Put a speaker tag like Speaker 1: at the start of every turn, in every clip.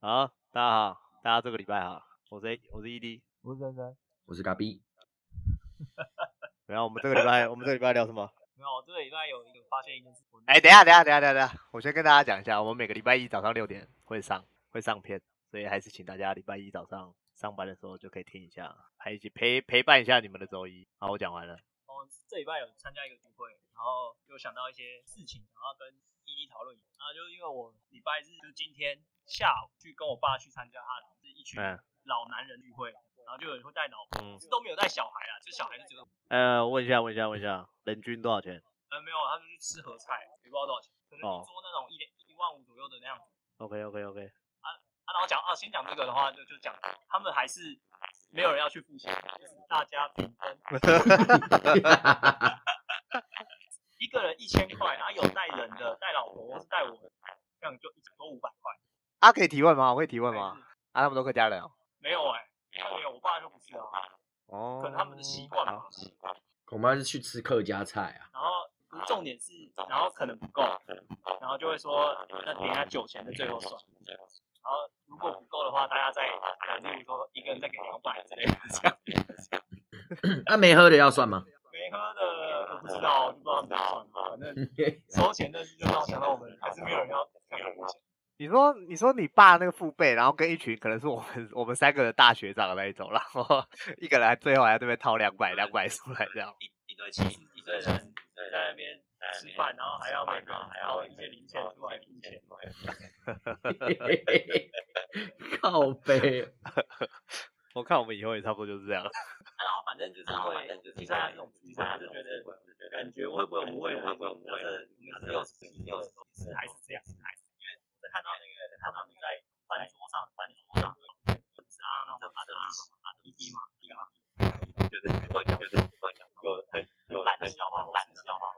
Speaker 1: 好，大家好，大家这个礼拜好，我是 A- 我是 E ED。
Speaker 2: 我是珊珊。
Speaker 3: 我是嘎 逼，
Speaker 1: 然后我们这个礼拜，我们这个礼拜聊什么？
Speaker 2: 没有，我这个礼拜有有发现一件事，我
Speaker 1: 哎，等一下，等一下，等一下，等一下等一下，我先跟大家讲一下，我们每个礼拜一早上六点会上会上片，所以还是请大家礼拜一早上上班的时候就可以听一下，还一起陪陪伴一下你们的周一。好，我讲完了。
Speaker 2: 哦，这礼拜有参加一个聚会，然后就想到一些事情，然后跟依依讨论。然后就因为我礼拜日就今天下午去跟我爸去参加他的是一群
Speaker 1: 嗯
Speaker 2: 老男人聚会，然后就有人会带老婆，
Speaker 1: 嗯，
Speaker 2: 是都没有带小孩啊，就小孩子这个，
Speaker 1: 呃，问一下，问一下，问一下，人均多少钱？
Speaker 2: 呃，没有，他们就去吃合菜，也不知道多少钱，可能
Speaker 1: 哦
Speaker 2: 一桌那种一一万五左右的那样子。
Speaker 1: OK OK OK，
Speaker 2: 啊，然后讲啊，先讲这个的话，就就讲他们还是没有人要去付钱，就是大家平分。一个人一千块，然后有带人的、带老婆或是带我的，这样就一周五百块。
Speaker 1: 啊，可以提问吗？我可以提问
Speaker 2: 还
Speaker 1: 吗？
Speaker 2: 是
Speaker 1: 啊，他们都客家人哦。
Speaker 2: 没有哎、因为没有，我爸就不是啊，
Speaker 1: 哦
Speaker 2: 可能他们的习惯
Speaker 1: 好
Speaker 2: 吧。
Speaker 3: 恐怕是去吃客家菜 啊。
Speaker 2: 然后不是重点是，然后可能不够，然后就会说，那等一下酒钱的最后算。然后如果不够的话，大家再，例如说一个人再给两百之类的，这样
Speaker 3: 那、啊没喝的要算吗？
Speaker 2: 没喝的我不知道，我就不知道怎么算，反正收钱的事就让我想到我们还是没有人要没有人付钱。
Speaker 1: 你说，你说你爸那个父辈，然后跟一群可能是我们 我们三个的大学长的那一种，然后一个人还最后还在那边掏两百两百出来这样。
Speaker 2: 一一堆七十几岁的人在那边吃饭，然后还要每个人还要一些零钱出来零钱。
Speaker 3: 靠背，
Speaker 1: 我看我们以后也差不多就是这样。
Speaker 2: 啊然后反正就是会第三这种第三就觉得感觉会不会我会会不会我会六十六十多次还是这样还是因为我看到那个看到那个在饭桌上饭桌上就是啊然后就啊就啊啊一滴嘛一滴嘛，就是会讲就是会讲有很有烂的笑话烂的笑话。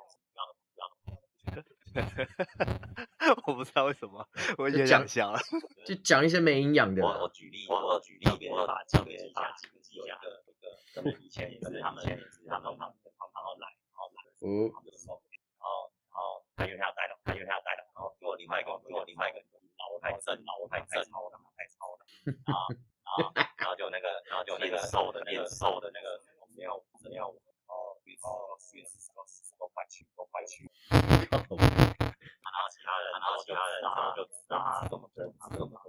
Speaker 1: 我不知道为什么，我也想
Speaker 3: 讲
Speaker 1: 笑了。
Speaker 3: 就讲一些没营养的
Speaker 4: 我我
Speaker 3: 啦。
Speaker 4: 举例，我我举例，
Speaker 2: 特别
Speaker 4: 我
Speaker 2: 把特
Speaker 4: 特
Speaker 2: 别
Speaker 4: 别
Speaker 2: 把
Speaker 4: 把几
Speaker 2: 几个
Speaker 4: 个
Speaker 2: 记
Speaker 4: 记
Speaker 2: 有
Speaker 4: 有一
Speaker 2: 一个
Speaker 4: 个
Speaker 2: 一个，他们以前也是他们以前也是他们他们他们来然后来
Speaker 3: 哦，
Speaker 2: 他们的时候，然后然后他因为他有带了，他因为他有带了，然后给我另外一个给我另外一个老我太正老我太正老我太超了，然后然后然后就那个然后就那个瘦的那个瘦的那个没有没有哦月哦月十多十多块去多块去，然后其他人，然后其他人，然后就知道啊，这么多，这么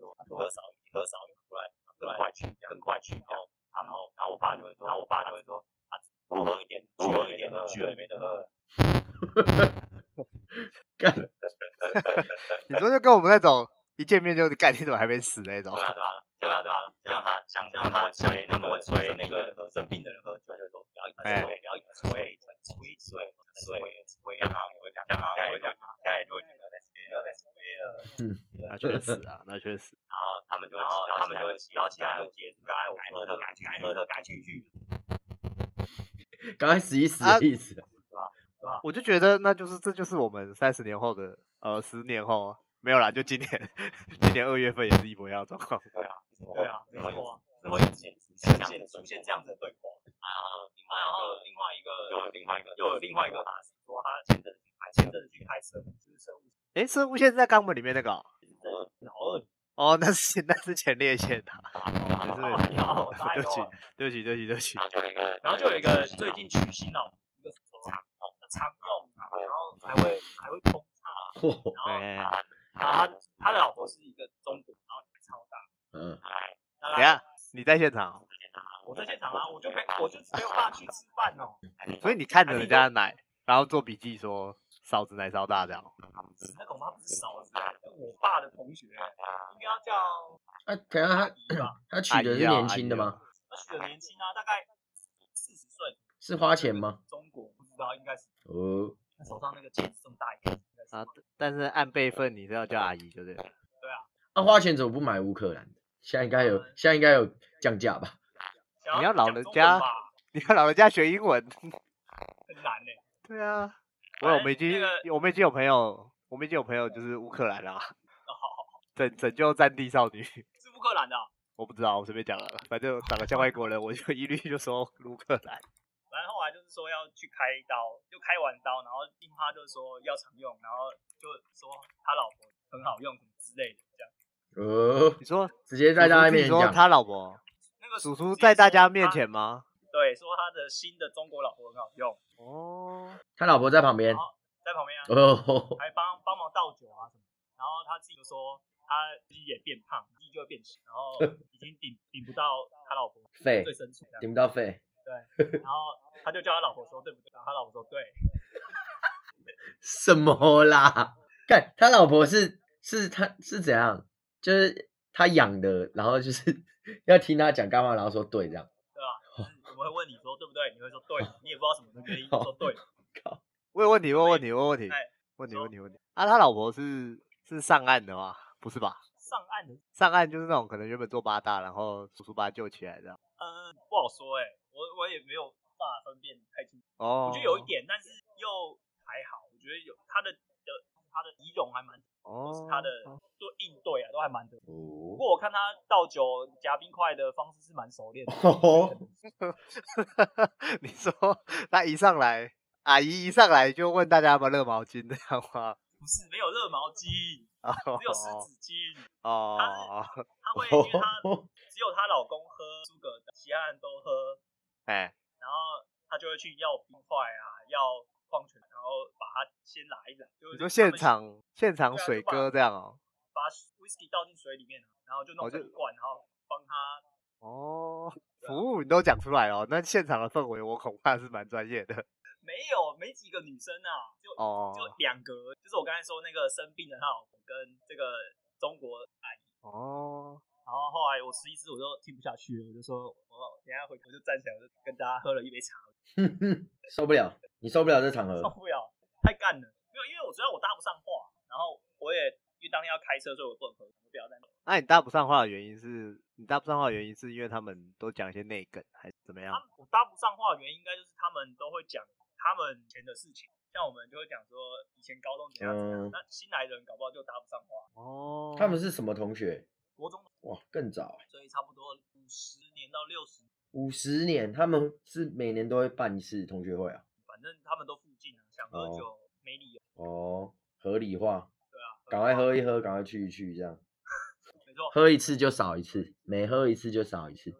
Speaker 2: 多，多少多少出来，更快去，更快去，然后然后然后我爸就会说，然后我爸就会说，啊，多喝一点，多喝一点，去了没得喝。
Speaker 3: 干，
Speaker 1: 你说就跟我们那种一见面就是干，你怎么还没死那种
Speaker 2: 对？啊对啊对啊对啊，像他像像他像那么催那个生病的人喝酒，就说不要一
Speaker 1: 哎
Speaker 2: 直催，不要一直催，催催催催，然后我讲讲讲讲，现在就会觉得在催了，在催了。
Speaker 1: 那确实啊，那确 实。
Speaker 2: 然后他们就会，他们就会聊起来，就接出来，我喝的感情，喝的感情去，
Speaker 3: 赶快死一死
Speaker 1: 啊
Speaker 3: 一 死。
Speaker 1: 我就觉得那就是这就是我们三十年后的呃十年后啊没有啦，就今年今年二月份也是一模一样的状况。
Speaker 2: 对啊，对啊，没错，会有现出现出现这样子的对话。然后另外然后另外一个又有另外一个又有另外一个法师说他前阵子还前阵子去拍摄，就是生物
Speaker 1: 诶，生物线是在肛门里面那个哦，
Speaker 2: 老二，
Speaker 1: 哦那是那是前列腺啊。
Speaker 2: 然后
Speaker 1: 对不起，对不起，对不起，对不起。
Speaker 2: 然后就有一个最近取新了一个肠肠用，然后还会还会通畅，
Speaker 3: 嚯，
Speaker 1: 哎
Speaker 2: 然后然后他他的老婆是一个中国，然后超大，
Speaker 3: 嗯，
Speaker 2: 大
Speaker 1: 等一下，你在现场哦，
Speaker 2: 我在现场啊，我就陪我就陪我爸去吃饭哦。
Speaker 1: 所以啊你看着人家的奶，然后做笔记说嫂子奶超大这样哦。
Speaker 2: 那恐怕不是嫂子，是我爸的同学，啊应该要叫
Speaker 3: 啊，等一下他
Speaker 2: 姨吧。
Speaker 3: 他娶的是年轻的吗？
Speaker 2: 那许的年轻啊，大概四十岁。
Speaker 3: 是花钱吗？？
Speaker 2: 中国不知道，应该是
Speaker 3: 哦，
Speaker 2: 他手上那个戒指这么大一个。应该是
Speaker 1: 啊，但是按辈分你是要叫阿姨，对不对？
Speaker 3: 那、啊花钱怎么不买乌克兰的？现在应该有，现在应该有降价吧？
Speaker 2: 想
Speaker 1: 你要老
Speaker 2: 讲
Speaker 1: 人
Speaker 2: 中文
Speaker 1: 家
Speaker 2: 吧
Speaker 1: 你看老人家学英文，
Speaker 2: 很难欸呢。
Speaker 1: 对啊，我
Speaker 2: 反
Speaker 1: 我
Speaker 2: 正
Speaker 1: 们已经
Speaker 2: 那个
Speaker 1: 我们已经有朋友，我们已经有朋友就是乌克兰啦、啊
Speaker 2: 哦好好好
Speaker 1: 拯拯救战地少女，
Speaker 2: 是乌克兰的啊，
Speaker 1: 我不知道，我随便讲了，反正长得像外国人，我就一律就说乌克 兰。
Speaker 2: 然后后来就是说要去开刀，就开完刀，然后樱花就说要常用，然后就说他老婆很好用什么之类的这样。
Speaker 3: 哦，
Speaker 1: 你说
Speaker 3: 直接在大家
Speaker 1: 叔叔自己
Speaker 3: 面前
Speaker 1: 说
Speaker 3: 讲，
Speaker 1: 他老婆，
Speaker 2: 那个
Speaker 1: 叔叔
Speaker 2: 叔叔
Speaker 1: 在
Speaker 2: 直接
Speaker 1: 大家
Speaker 2: 说
Speaker 1: 面
Speaker 2: 他
Speaker 1: 前吗？
Speaker 2: 对说他的新的中国老婆很好用，
Speaker 1: 哦，
Speaker 3: 他老婆在旁边。
Speaker 2: 在旁边啊，
Speaker 3: 哦，
Speaker 2: 还帮帮忙倒酒啊什么。然后他自己就说他自己也变胖，自己就会变小，然 后已经顶顶不到他老婆
Speaker 3: 肺
Speaker 2: 最深处这样。
Speaker 3: 顶不到肺，
Speaker 2: 然后他就叫他老婆说对不对？然后他老婆说对，
Speaker 3: 什么啦？看他老婆是是他是怎样？就是他养的，然后就是 要听他讲干嘛，然后说对这样。
Speaker 2: 对吧？就是我们会问你说对不对？你会说对，你也不知道什么东西，你就说对。
Speaker 1: 问问题，问问题，问问题
Speaker 2: 哎，
Speaker 1: 问你
Speaker 2: 说
Speaker 1: 问你问你啊，他老婆是是上岸的吗？不是吧？
Speaker 2: 上岸的
Speaker 1: 上岸就是那种可能原本做八大，然后叔叔把他救起来的。
Speaker 2: 嗯不好说哎、我我也没有办法分辨太清楚。
Speaker 1: 哦，
Speaker 2: 我觉得有一点，但是又还好。我觉得有他的的他的仪容还蛮，
Speaker 1: 哦，
Speaker 2: 或是他的做应对啊，都还蛮得。不
Speaker 3: 哦，
Speaker 2: 过我看他倒酒夹冰块的方式是蛮熟练的。
Speaker 1: 哦 你说他一上来，阿姨一上来就问大家要不要热毛巾，这样吗？
Speaker 2: 不是没有热毛巾，
Speaker 1: 哦，
Speaker 2: 只有湿纸巾。
Speaker 1: 哦，
Speaker 2: 他会，因为他只有她老公喝苏格的，其他人都喝，
Speaker 1: 哎，
Speaker 2: 然后他就会去要冰块啊，要矿泉水，然后把它先拿一拿。就是
Speaker 1: 你说
Speaker 2: 他们
Speaker 1: 现场现场
Speaker 2: 对啊
Speaker 1: 水
Speaker 2: 就把
Speaker 1: 哥这样哦？
Speaker 2: 把 whisky 倒进水里面啊，然后就弄
Speaker 1: 哦就
Speaker 2: 成一罐，然后帮他
Speaker 1: 哦，
Speaker 2: 啊
Speaker 1: 服务你都讲出来哦，那现场的氛围我恐怕是蛮专业的。
Speaker 2: 没有没几个女生啊，就、
Speaker 1: 哦
Speaker 2: 就两个，就是我刚才说那个生病的她老公跟这个中国阿姨。
Speaker 1: 哦，
Speaker 2: 然后后来我吃一吃我就听不下去了，我就说我等一下回头就站起来，我就跟大家喝了一杯茶，
Speaker 3: 受不了，你受不了这场合
Speaker 2: 受。不了，太干了。没有，因为我主要我搭不上话，然后我也因为当天要开车，所以我不能喝，我不要再喝。
Speaker 1: 那你搭不上话的原因是你搭不上话的原因是因为他们都讲一些内梗还是怎么样
Speaker 2: 他？们我搭不上话的原因，应该就是他们都会讲他们以前的事情，像我们就会讲说以前高中怎样怎样，
Speaker 3: 嗯
Speaker 2: 那新来的人搞不好就搭不上话。
Speaker 1: 哦，
Speaker 3: 他们是什么同学？
Speaker 2: 国中，
Speaker 3: 哇，更早欸，
Speaker 2: 所以差不多五十年到六十，
Speaker 3: 五十年，他们是每年都会办一次同学会啊。
Speaker 2: 反正他们都附近啊，想喝
Speaker 3: 哦
Speaker 2: 酒、没理由，
Speaker 3: 哦，合理化，
Speaker 2: 对啊，
Speaker 3: 赶快喝一喝，赶快去一去，这样
Speaker 2: 没错，
Speaker 3: 喝一次就少一次，每喝一次就少一次。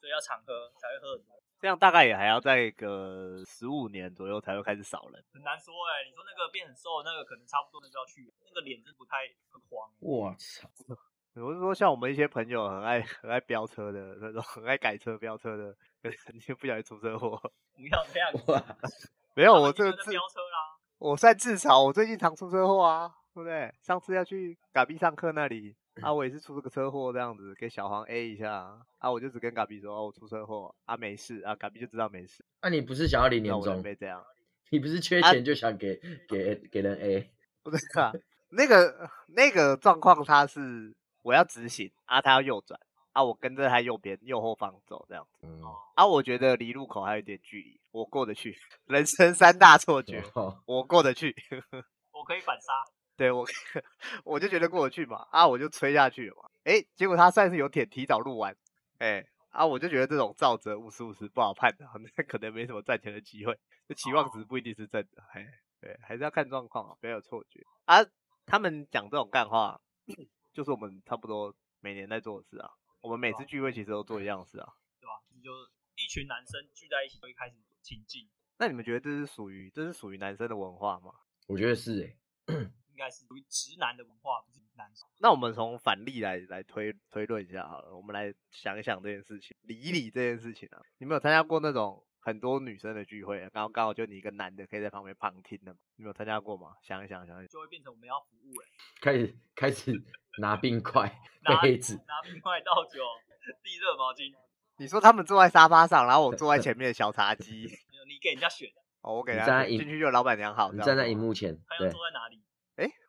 Speaker 2: 所以要常喝才会喝很多，
Speaker 1: 这样大概也还要在个十五年左右才会开始少人。
Speaker 2: 很难说哎、你说那个变很瘦，那个可能差不多那就要去，那个脸是不太很黄，
Speaker 3: 我操！
Speaker 1: 我是说，像我们一些朋友很爱很爱飙车的那种，很爱改车飙车的，可是你不小心出车祸。
Speaker 2: 不要这样子。
Speaker 3: 哇，
Speaker 1: 没有，
Speaker 2: 他们
Speaker 1: 我
Speaker 2: 一定
Speaker 1: 这
Speaker 2: 都在
Speaker 1: 次
Speaker 2: 飙车啦，
Speaker 1: 我算自嘲，我最近常出车祸啊，对不对？上次要去嘎比上课那里，啊，我也是出这个车祸这样子，给小黄 A 一下啊，我就只跟嘎比说，哦，我出车祸啊，没事啊，嘎比就知道没事，
Speaker 3: 那你不是想要领
Speaker 1: 那
Speaker 3: 年
Speaker 1: 我能
Speaker 3: 终？
Speaker 1: 被这样，
Speaker 3: 你不是缺
Speaker 1: 啊
Speaker 3: 钱就想给给给人 A？
Speaker 1: 不是啊，那个那个状况他是我要直行啊，他要右转啊，我跟着他右边右后方走这样子
Speaker 3: 嗯，
Speaker 1: 啊，我觉得离路口还有一点距离，我过得去，人生三大错觉，
Speaker 3: 哦
Speaker 1: 我过得去。
Speaker 2: 我可以反杀，
Speaker 1: 对我， 我就觉得过得去嘛，啊，我就吹下去了嘛，诶，结果他算是有点提早录完，诶，啊，我就觉得这种照着五十五十不好判的， 那可能没什么赚钱的机会，这期望值不一定是真的，哎，对，还是要看状况啊，不要有错觉啊。他们讲这种干话，就是我们差不多每年在做的事啊，我们每次聚会其实都做一样的事啊。
Speaker 2: 对吧？就是一群男生聚在一起会开始情境，
Speaker 1: 那你们觉得这是属于这是属于男生的文化吗？
Speaker 3: 我觉得是哎，
Speaker 2: 应该是属于直男的文化，不是男生。
Speaker 1: 那我们从反例来来推推论一下好了，我们来想一想这件事情，理一理这件事情啊。你们有参加过那种很多女生的聚会，啊然后刚好就你一个男的可以在旁边旁听的吗？你们有参加过吗？想一想，想一想。
Speaker 2: 就会变成我们要服务哎、
Speaker 3: 开始开始拿冰块、
Speaker 2: 拿
Speaker 3: 杯子，
Speaker 2: 拿冰块倒酒，递热毛巾，
Speaker 1: 你说他们坐在沙发上，然后我坐在前面的小茶几，
Speaker 2: 没有你给人家选，
Speaker 1: 哦，我给
Speaker 3: 你
Speaker 1: 他
Speaker 3: 站
Speaker 1: 说
Speaker 3: 在荧
Speaker 1: 进去就老板娘好，这
Speaker 3: 你
Speaker 1: 样
Speaker 3: 站
Speaker 1: 子
Speaker 3: 在
Speaker 1: 吗
Speaker 3: 荧。幕前，
Speaker 2: 他要
Speaker 3: 对，
Speaker 2: 坐在哪里？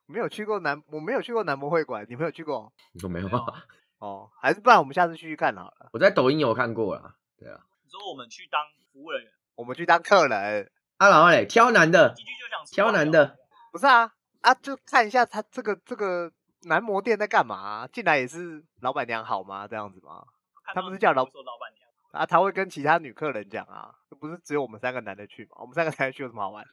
Speaker 1: 没有去过男，我没有去过男模会馆，你们有去过？
Speaker 3: 我没有
Speaker 2: 没有
Speaker 3: 啊，
Speaker 1: 哦，还是不然我们下次去去看好了，
Speaker 3: 我在抖音有看过啦，对啊。
Speaker 2: 你说我们去当服务人员，
Speaker 1: 我们去当客人。
Speaker 3: 啊，然后嘞，挑 男的
Speaker 2: 进，去就想出
Speaker 3: 挑
Speaker 2: 来
Speaker 3: 男
Speaker 2: 了
Speaker 3: 的，
Speaker 1: 不是啊啊，就看一下他这个这个男模店在干嘛啊、进来也是老板娘好吗？这样子吗？
Speaker 2: 看
Speaker 1: 他
Speaker 2: 到
Speaker 1: 不是
Speaker 2: 你
Speaker 1: 叫
Speaker 2: 就
Speaker 1: 老
Speaker 2: 会说老板娘，
Speaker 1: 啊，他会跟其他女客人讲啊，不是只有我们三个男的去嘛？我们三个男的去有什么好玩？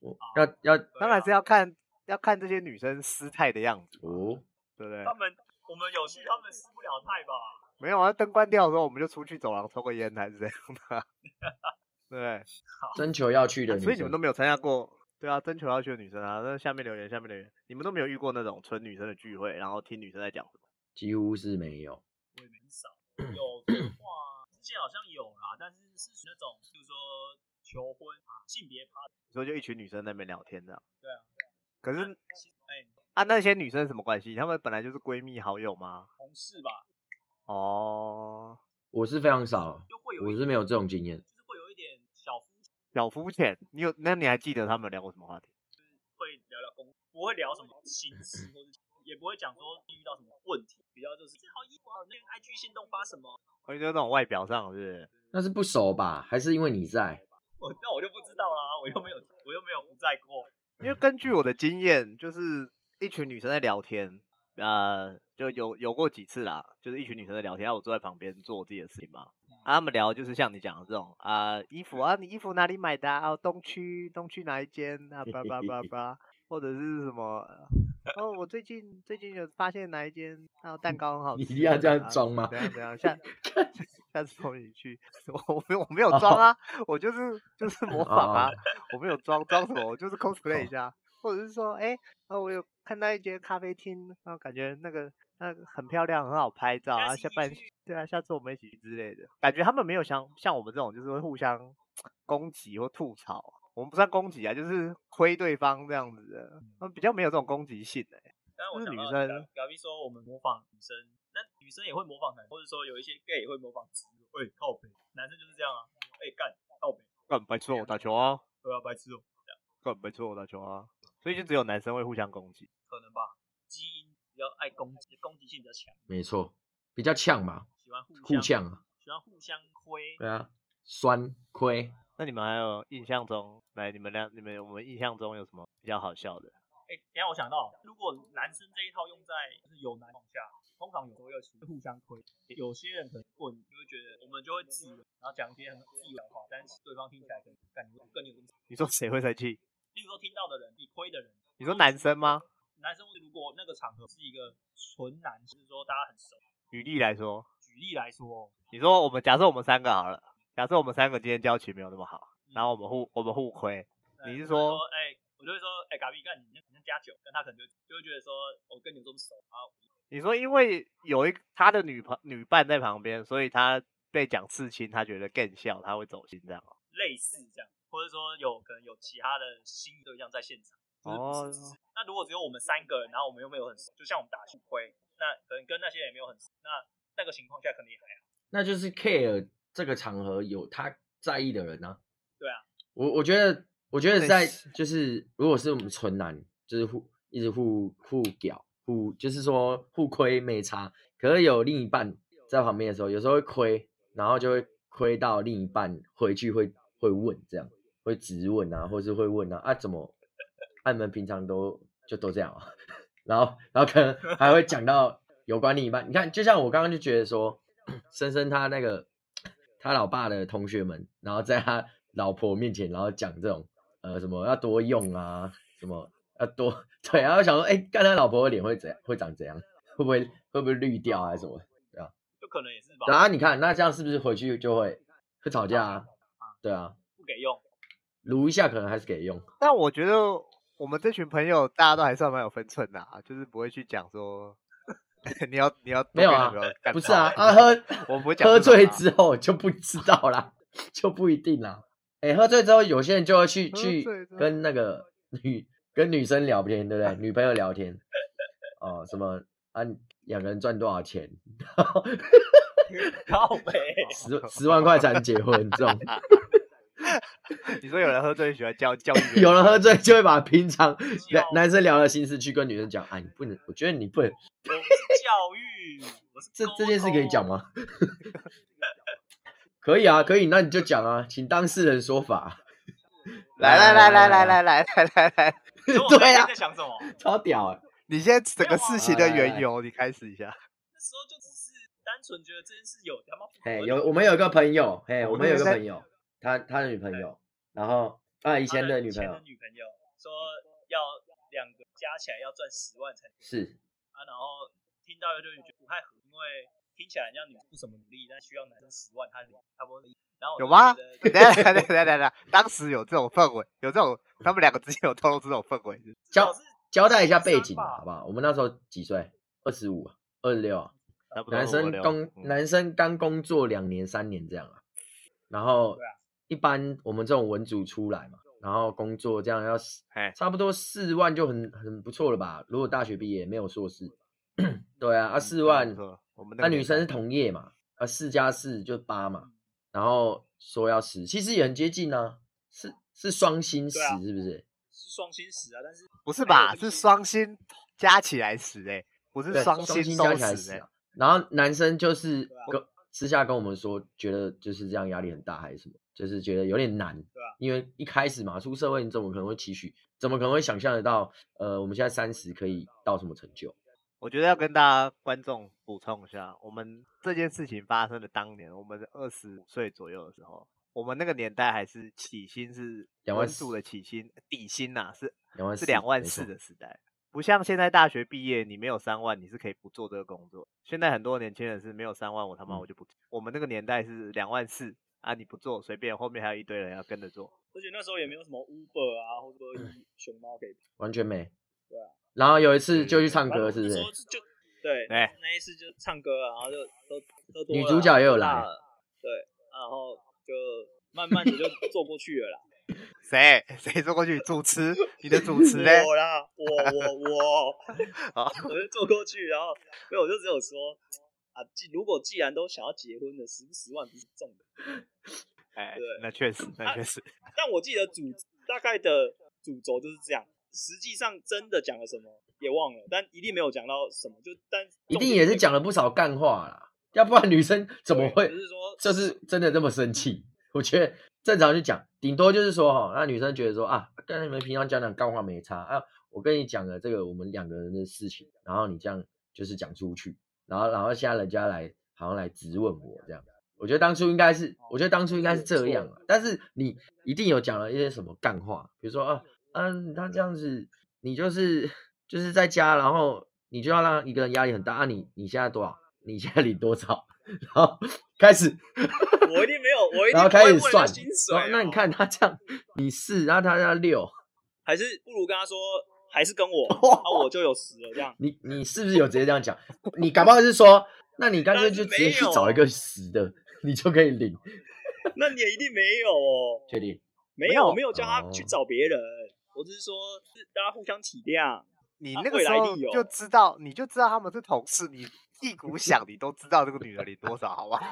Speaker 3: 我要要
Speaker 2: 对
Speaker 1: 当然
Speaker 2: 啊
Speaker 1: 是要看要看这些女生失态的样子嘛。
Speaker 3: 哦，
Speaker 1: 对不对
Speaker 2: 他？们我们有去，他们失不了态吧？
Speaker 1: 没有啊，灯关掉的时候我们就出去走廊抽个烟还是怎样的啊，对不对？
Speaker 3: 征求要去的
Speaker 1: 啊
Speaker 3: 女生，
Speaker 1: 所以你们都没有参加过，对啊，征求要去的女生啊，那下面留言，下面留言，你们都没有遇过那种纯女生的聚会，然后听女生在讲什么？
Speaker 3: 几乎是没有。
Speaker 2: 我也没很少。有的话，之前好像有啦，但是是那种，比如说求婚啊、性别趴，
Speaker 1: 你说就一群女生在那边聊天这样？
Speaker 2: 对啊。
Speaker 1: 可是
Speaker 2: 其实哎、
Speaker 1: 啊，那些女生什么关系？她们本来就是闺蜜好友吗？
Speaker 2: 同事吧，
Speaker 1: 哦，
Speaker 3: 我是非常少，
Speaker 2: 就会有
Speaker 3: 我
Speaker 2: 一
Speaker 3: 是
Speaker 2: 点
Speaker 3: 没有这种经验。
Speaker 2: 就是会有一点小夫妻
Speaker 1: 小肤浅。你有那你还记得他们有聊过什么话题？
Speaker 2: 会聊聊工，不会聊什么心事，或者也不会讲说遇到什么问题，比较就是这好衣服啊，那个 IG 行动发什么，
Speaker 1: 我就那种外表上是不是？
Speaker 3: 那是不熟吧？还是因为你在？
Speaker 2: 我那我就不知道啦，我又没有我又没有不在过，
Speaker 1: 因为根据我的经验，就是一群女生在聊天，呃，就有有过几次啦，就是一群女生在聊天，然后我坐在旁边做我自己的事情嘛。
Speaker 3: 嗯
Speaker 1: 啊、他们聊就是像你讲的这种啊、衣服啊，你衣服哪里买的啊？哦东区东区哪一间啊？叭叭叭 叭，或者是什么？哦，我最近最近有发现哪一间啊蛋糕很好吃啊，
Speaker 3: 你一定要这样
Speaker 1: 啊
Speaker 3: 装吗
Speaker 1: 怎样 怎样，下 下次我你去， 我没有我没有
Speaker 3: 哦
Speaker 1: 装啊，我就是就是 模仿啊，我没有装装什么，我就是 cosplay 一下，或者是说，哎、哦，我有看到一间咖啡厅，然后感觉那个那个很漂亮，很好拍照
Speaker 2: 下
Speaker 1: 啊，
Speaker 2: 次
Speaker 1: 下
Speaker 2: 一起
Speaker 1: 半
Speaker 2: 去
Speaker 1: 对啊，下次我们一起去之类的，感觉他们没有像像我们这种就是会互相攻击或吐槽，我们不算攻击啊，就是亏对方这样子的，他们比较没有这种攻击性哎、
Speaker 2: 但是我
Speaker 1: 那
Speaker 2: 想
Speaker 1: 女
Speaker 2: 到
Speaker 1: 生
Speaker 2: 表表弟说我们模仿女生，那女生也会模仿男，或者说有一些 gay 也会模仿直，哎、靠北，男生就是这样啊，哎、干靠北，
Speaker 1: 干白痴哦，我打球啊，
Speaker 2: 都要白痴哦、
Speaker 1: 干白痴哦，我打球啊，所以就只有男生会互相攻击。
Speaker 2: 可能吧，基因比较爱攻击，攻击性比较强，
Speaker 3: 没错，比较呛吧，
Speaker 2: 喜欢互
Speaker 3: 互
Speaker 2: 相
Speaker 3: 呛啊。
Speaker 2: 喜欢互相亏，
Speaker 3: 对啊，酸亏
Speaker 1: 那你们还有印象中，来你们俩，你们我们印象中有什么比较好笑的？
Speaker 2: 哎、等一下我想到，如果男生这一套用在就是有男往下，通常有时候要互相推，有些人可能过你就会觉得，我们就会自以为，然后讲一些很自以为的话，但是对方听起来可能感觉更有东西。
Speaker 1: 你说谁会生气？
Speaker 2: 例如说听到的人，你亏的人，
Speaker 1: 你说男生吗？
Speaker 2: 男生如果那个场合是一个纯男，就是说大家很熟。
Speaker 1: 举例来说，
Speaker 2: 举例来说，哦
Speaker 1: 你说我们假设我们三个好了，假设我们三个今天交情没有那么好，然后我们互我们互亏，
Speaker 2: 呃
Speaker 1: 你是
Speaker 2: 嗯我就
Speaker 1: 说
Speaker 2: 说，哎、我就会说，哎、嘎比干，你那你那加酒，但他可能就就会觉得说，我跟你这么熟啊，
Speaker 1: 你说因为有一他的女朋女伴在旁边，所以他被讲刺青，他觉得更笑，他会走心这样哦。
Speaker 2: 类似这样，或者说有可能有其他的心仪对象在现场。就是不是
Speaker 1: 哦
Speaker 2: 只是那如果只有我们三个人，然后我们又没有很熟，就像我们打去亏，那可能跟那些人也没有很熟，那那个情况下可能也还好。
Speaker 3: 那就是 care 这个场合有他在意的人啊。
Speaker 2: 对啊，
Speaker 3: 我我觉得，我觉得在
Speaker 1: 是
Speaker 3: 就是如果是我们纯男，就是互一直互互屌互，就是说互亏没差。可是有另一半在旁边的时候，有时候会亏，然后就会亏到另一半回去会会问这样，会质问啊，或是会问啊啊怎么，啊你们平常都就都这样啊， 然后然后可能还会讲到有关另一半。你看，就像我刚刚就觉得说，深深他那个他老爸的同学们，然后在他老婆面前，然后讲这种呃什么要多用啊，什么要多 对，然后想说，哎、看他老婆的脸会怎样，会长怎样，会不会会不会绿掉啊什么？
Speaker 2: 就可能也是吧，
Speaker 3: 然后你看，那这样是不是回去就会会吵架啊？对啊，
Speaker 2: 不给 用，
Speaker 3: 撸一下可能还是给用，
Speaker 1: 但我觉得我们这群朋友大家都还算蛮有分寸的、啊，就是不会去讲说 你要你要多
Speaker 3: 没有
Speaker 1: 跟女
Speaker 3: 啊
Speaker 1: 朋友干
Speaker 3: 不是
Speaker 1: 炮
Speaker 3: 啊？
Speaker 1: 欸
Speaker 3: 啊喝
Speaker 1: 我不会讲
Speaker 3: 喝
Speaker 1: 这种
Speaker 3: 醉
Speaker 1: 啊
Speaker 3: 之后就不知道啦，就不一定啦。哎、喝醉之后，有些人就会去
Speaker 1: 喝
Speaker 3: 去
Speaker 1: 醉之后
Speaker 3: 跟那个女跟女生聊天，对不对？女朋友聊天，哦，什么啊，两个人赚多少钱，然后
Speaker 2: 靠呗，
Speaker 3: 十十万块才能结婚，这种
Speaker 1: 你说有人喝醉喜欢教教育别
Speaker 3: 有人喝
Speaker 1: 吗
Speaker 3: 醉就会把平常男
Speaker 2: 笑
Speaker 3: 男生聊的心事去跟女生讲，啊，你不能，我觉得你不能，
Speaker 2: 我们是教育，我是
Speaker 3: 这
Speaker 2: 沟
Speaker 3: 这件事可以讲
Speaker 2: 通？
Speaker 3: 吗？ 可以啊，可以，那你就讲啊，请当事人说法。
Speaker 1: 来来来来来来来来来来，
Speaker 2: 你说我们
Speaker 3: 对啊
Speaker 2: 在想什么？
Speaker 3: 超屌哎、
Speaker 1: 你先整个事情的
Speaker 3: 来来来
Speaker 1: 缘由，你开始一下。
Speaker 2: 那时候就只是单纯觉得这件事有他妈不
Speaker 3: 嘿，
Speaker 2: 合
Speaker 3: 哎有
Speaker 2: 理
Speaker 3: 我们有一个朋友，嘿，
Speaker 1: 我
Speaker 3: 我
Speaker 1: 们
Speaker 3: 们
Speaker 1: 那
Speaker 3: 有一个
Speaker 1: 个
Speaker 3: 朋友，他他的女朋友，然后啊以
Speaker 2: 他
Speaker 3: 前的女
Speaker 2: 以
Speaker 3: 朋
Speaker 2: 前
Speaker 3: 友
Speaker 2: 的女朋友说要两个加起来要赚十万才
Speaker 3: 是，
Speaker 2: 啊，啊，然后听到就觉得不太合，因为听起来很像女生不怎么努力，但需要男生十万，他领差不多领。然后我
Speaker 1: 有
Speaker 2: 就
Speaker 1: 吗
Speaker 2: 觉得？
Speaker 1: 等一
Speaker 3: 啊
Speaker 1: 下等一下等一下等一下，当时有这种氛围，有这种，他们两个之间有透露出这种氛围，
Speaker 3: 交交代一下背
Speaker 2: 十
Speaker 3: 景
Speaker 2: 三
Speaker 3: 啊
Speaker 2: 吧
Speaker 3: 好不好？我们那时候几岁？二十五、二十六啊，
Speaker 1: 差不多
Speaker 3: 男生
Speaker 1: 25
Speaker 3: 刚
Speaker 1: 嗯
Speaker 3: 男生刚工作两年三年这样啊，然后
Speaker 2: 对啊
Speaker 3: 一般我们这种文组出来嘛，然后工作这样要四
Speaker 1: 哎
Speaker 3: 差不多四万就很很不错了吧？如果大学毕业没有硕士，对啊，啊四
Speaker 1: 嗯
Speaker 3: 万，
Speaker 1: 不错我们
Speaker 3: 那
Speaker 1: 个
Speaker 3: 女
Speaker 1: 年代
Speaker 3: 生是同业嘛，啊四加四就八嘛，然后说要十，其实也很接近啊，是是双薪十
Speaker 2: 对啊
Speaker 3: 是不是？
Speaker 2: 是双薪十啊，但是
Speaker 1: 不是
Speaker 2: 还有
Speaker 1: 吧？
Speaker 2: 就是
Speaker 1: 双薪加起来十哎，不是
Speaker 3: 对，
Speaker 1: 双
Speaker 3: 薪
Speaker 1: 薪
Speaker 3: 加
Speaker 1: 都
Speaker 3: 起来
Speaker 1: 十哎
Speaker 3: 啊。然后男生就是
Speaker 2: 对啊
Speaker 3: 跟私下跟我们说，觉得就是这样压力很大还是什么，就是觉得有点难。
Speaker 2: 对啊
Speaker 3: 因为一开始嘛，出社会你怎么可能会期许，怎么可能会想象得到？呃，我们现在三十可以到什么成就？
Speaker 1: 我觉得要跟大家观众补充一下，我们这件事情发生的当年，我们二十五岁左右的时候，我们那个年代还是起薪是
Speaker 3: 两
Speaker 1: 文
Speaker 3: 万
Speaker 1: 组
Speaker 3: 四
Speaker 1: 的起薪底薪呐、是
Speaker 3: 两万
Speaker 1: 是
Speaker 3: 四
Speaker 1: 两万
Speaker 3: 没
Speaker 1: 四
Speaker 3: 错
Speaker 1: 的时代，不像现在大学毕业你没有三万你是可以不做这个工作。现在很多年轻人是没有三万我他妈
Speaker 3: 嗯
Speaker 1: 我就不做，我们那个年代是两万四啊你不做随便，后面还有一堆人要跟着做。
Speaker 2: 而且那时候也没有什么 Uber 啊，或者
Speaker 3: 嗯
Speaker 2: 说熊猫可以打。
Speaker 3: 完全没。
Speaker 2: 对啊。
Speaker 3: 然后有一次就
Speaker 1: 对对对
Speaker 3: 去唱
Speaker 2: 反正
Speaker 3: 歌，
Speaker 2: 我
Speaker 3: 是不
Speaker 2: 那
Speaker 3: 是
Speaker 2: 时？候就对，
Speaker 1: 对
Speaker 2: 那一次就唱歌啊，然后就都都多
Speaker 3: 女
Speaker 2: 了
Speaker 3: 主角也有
Speaker 2: 都大
Speaker 3: 来
Speaker 2: 了对，然后就慢慢的就坐过去了啦。
Speaker 1: 谁 谁坐过去主持？你的主 持嘞？
Speaker 2: 我啦，我我 我
Speaker 3: 哦
Speaker 1: 好，
Speaker 2: 我就坐过去，然后没有，我就只有说啊，既如果既然都想要结婚了，十不十万不是重点。
Speaker 1: 哎
Speaker 2: 对，
Speaker 1: 那确实，那确实，
Speaker 2: 但我记得主大概的主轴就是这样，实际上真的讲了什么也忘了，但一定没有讲到什么，就但
Speaker 3: 一
Speaker 2: 重
Speaker 3: 定
Speaker 2: 点
Speaker 3: 也是
Speaker 2: 那
Speaker 3: 讲了不少干话啦，要不然女生怎么
Speaker 2: 对
Speaker 3: 会
Speaker 2: 只是说
Speaker 3: 就是真的这么生气？我觉得正常去讲，顶多就是说哈，那女生觉得说啊，跟你们平常讲讲干话没差啊，我跟你讲了这个我们两个人的事情，然后你这样就是讲出去，然后然后现在人家来好像来质问我这样，我觉得当初应该是，我觉得当初应该是这样啊，但是你一定有讲了一些什么干话，比如说啊，嗯、他这样子，你就是就是在家，然后你就要让一个人压力很大啊你，你现在多少？你现在领多少？然后开始，
Speaker 2: 我一定没有，我一定
Speaker 3: 然后
Speaker 2: 不
Speaker 3: 开
Speaker 2: 会
Speaker 3: 始
Speaker 2: 为了
Speaker 3: 算
Speaker 2: 薪，水、哦
Speaker 3: 然后那你，看他这样，你四，然后他要六，
Speaker 2: 还是不如跟他说，还是跟我，啊，我就有十了这样。
Speaker 3: 你你是不是有直接这样讲？你搞不好是说，那你干脆
Speaker 2: 但
Speaker 3: 就是直接
Speaker 2: 没
Speaker 3: 去
Speaker 2: 有啊
Speaker 3: 找一个十的，你就可以领，
Speaker 2: 那你也一定没有哦，
Speaker 3: 确定？
Speaker 2: 没
Speaker 1: 没有
Speaker 2: 有，我没有叫他
Speaker 3: 哦
Speaker 2: 去找别人，我只是说是大家互相体谅。
Speaker 1: 你
Speaker 2: 啊
Speaker 1: 那个
Speaker 2: 未
Speaker 1: 时
Speaker 2: 来
Speaker 1: 候
Speaker 2: 利有
Speaker 1: 就知道，你就知道他们是同事，你屁股想，你都知道这个女的领多少，好 不好？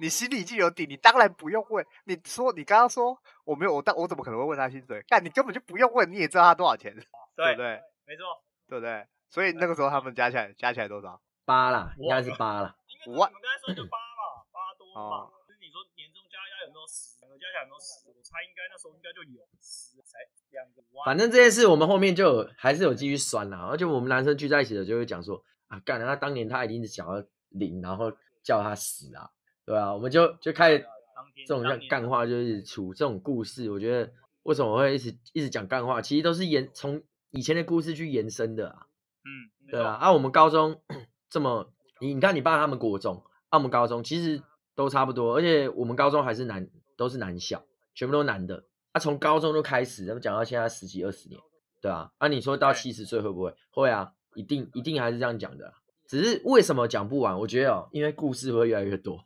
Speaker 1: 你心里就有底，你当然不用问。你说你刚刚说我没有，我当我怎么可能会问他薪水？但你根本就不用问，你也知道他多少钱，对不对？
Speaker 2: 没错，
Speaker 1: 对不对？所以那个时候他们加起来加起来多少？
Speaker 3: 八啦，应该是八啦，
Speaker 2: 应该是
Speaker 1: 五
Speaker 2: 你
Speaker 1: 万
Speaker 2: 们刚才说就八嘛，八多嘛
Speaker 1: 哦。
Speaker 2: 就是你说年终加加有没有十？两个加起来有没有十？我猜应该那时候应该就有十，才两个五万。
Speaker 3: 反正这些事我们后面就有还是有继续酸啦，而且我们男生聚在一起的就会讲说啊，干，他当年他一定是想要领，然后叫他死啊，对啊，我们就就开始
Speaker 2: 当天
Speaker 3: 这种像干，话就是出这种故事，我觉得为什么会一直一直讲干话，其实都是延从以前的故事去延伸的啊，
Speaker 2: 嗯，没
Speaker 3: 对啊，
Speaker 2: 错，
Speaker 3: 啊，我们高中 这么，你你看你爸他们国中，啊，我们高中其实都差不多，而且我们高中还是男，都是男校，全部都男的，啊，从高中就开始，他们讲到现在十几二十年，对啊，啊，你说到
Speaker 2: 对
Speaker 3: 七十岁会不会？会啊，一定一定还是这样讲的啊、只是为什么讲不完？我觉得哦，因为故事会越来越多，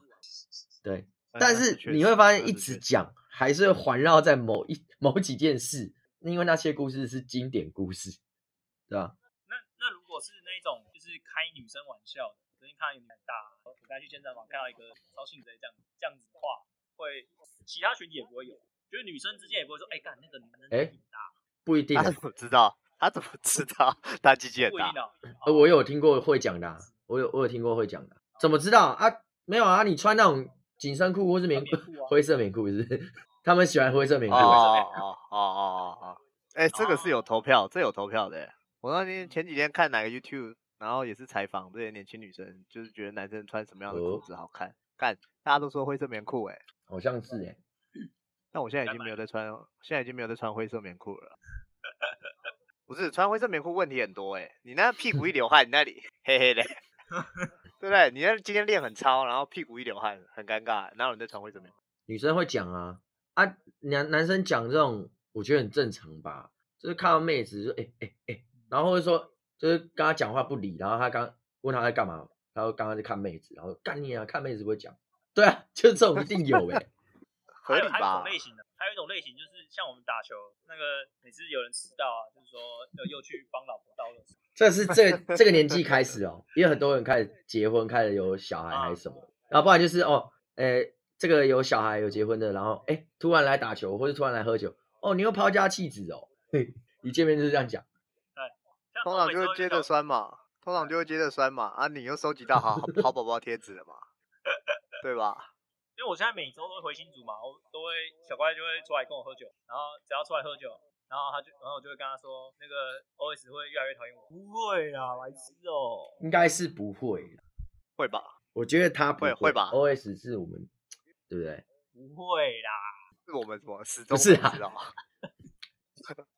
Speaker 3: 对，但
Speaker 1: 嗯那
Speaker 3: 是
Speaker 1: 呃确
Speaker 3: 你
Speaker 1: 实
Speaker 3: 会发
Speaker 1: 那
Speaker 3: 现
Speaker 1: 是
Speaker 3: 一
Speaker 1: 确
Speaker 3: 直
Speaker 1: 实
Speaker 3: 讲还是会环绕在某一某几件事，因为那些故事是经典故事，对吧、
Speaker 2: 那那如果是那种就是开女生玩笑的，最近看到有点大，我刚才去健身房看到一个超性直接这样这样子的话，会其他群体也不会有，就是女生之间也不会说，哎、干那个男生
Speaker 3: 哎
Speaker 2: 挺大，
Speaker 3: 不一定、
Speaker 1: 他
Speaker 3: 啊，
Speaker 1: 怎么知道？他怎么知道 他鸡鸡很
Speaker 2: 不一
Speaker 1: 大？
Speaker 2: 定哦。
Speaker 3: 呃，我有听过会讲的、啊，我有我有听过会讲的啊、怎么知道啊？没有啊，你穿那种紧身裤或是棉
Speaker 2: 穿棉裤啊
Speaker 3: 灰色棉裤是不是？ 他们喜欢灰色棉裤
Speaker 1: 哦
Speaker 3: 啊，
Speaker 1: 哦哦哦哦哦！ 哎，这个是有投票，这有投票的欸。我那天前几天看哪个 YouTube，然后也是采访这些年轻女生，就是觉得男生穿什么样的裤
Speaker 3: 哦
Speaker 1: 子好看，干大家都说灰色棉裤，哎，
Speaker 3: 好像是哎、
Speaker 1: 但我现在已
Speaker 2: 该
Speaker 1: 经
Speaker 2: 买
Speaker 1: 没有在穿，现在已经没有在穿灰色棉裤了。不是穿灰色棉裤问题很多哎、你那屁股一流汗，你那里黑 黑的，对不对？你那今天练很超，然后屁股一流汗，很尴尬，哪有人在穿灰色棉裤？
Speaker 3: 女生会讲啊啊，男男生讲这种，我觉得很正常吧。就是看到妹子就哎哎哎，然后或者说就是跟她讲话不理，然后她刚问她在干嘛，然后刚刚在看妹子，然后干你啊，看妹子不会讲，对啊，就是这种一定有哎、
Speaker 1: 合
Speaker 2: 还有
Speaker 1: 理
Speaker 2: 还有一
Speaker 1: 吧
Speaker 2: 种？类型的，还有一种类型就是像我们打球那个，每次有人迟到啊，就是说又又去帮老婆倒垃圾，
Speaker 3: 这是这这个年纪开始哦，因为很多人开始结婚，开始有小孩还是什么，然后不然就是哦，诶，这个有小孩有结婚的，然后诶，突然来打球或者突然来喝酒，哦，你又抛家弃子哦，嘿，一见面就是这样讲，
Speaker 2: 像
Speaker 1: 通常
Speaker 2: 我每
Speaker 1: 就
Speaker 2: 次都
Speaker 1: 会接着
Speaker 2: 遇到
Speaker 1: 酸嘛，通常就会接着酸嘛。啊，你又收集到好好好宝宝贴纸了嘛，对吧？
Speaker 2: 因为我现在每周都会回新竹嘛，我都会小乖就会出来跟我喝酒，然后只要出来喝酒，然后他就，然后我就会跟他说，那个 OS 会越来越讨厌我。不会啦，白痴哦。
Speaker 3: 应该是不会啦，
Speaker 1: 会吧？
Speaker 3: 我觉得他不
Speaker 1: 会会吧
Speaker 3: ？OS 是我们对不对？
Speaker 2: 不会啦，
Speaker 1: 是我们什么始终
Speaker 3: 是
Speaker 1: 不
Speaker 3: 啊
Speaker 1: 知道。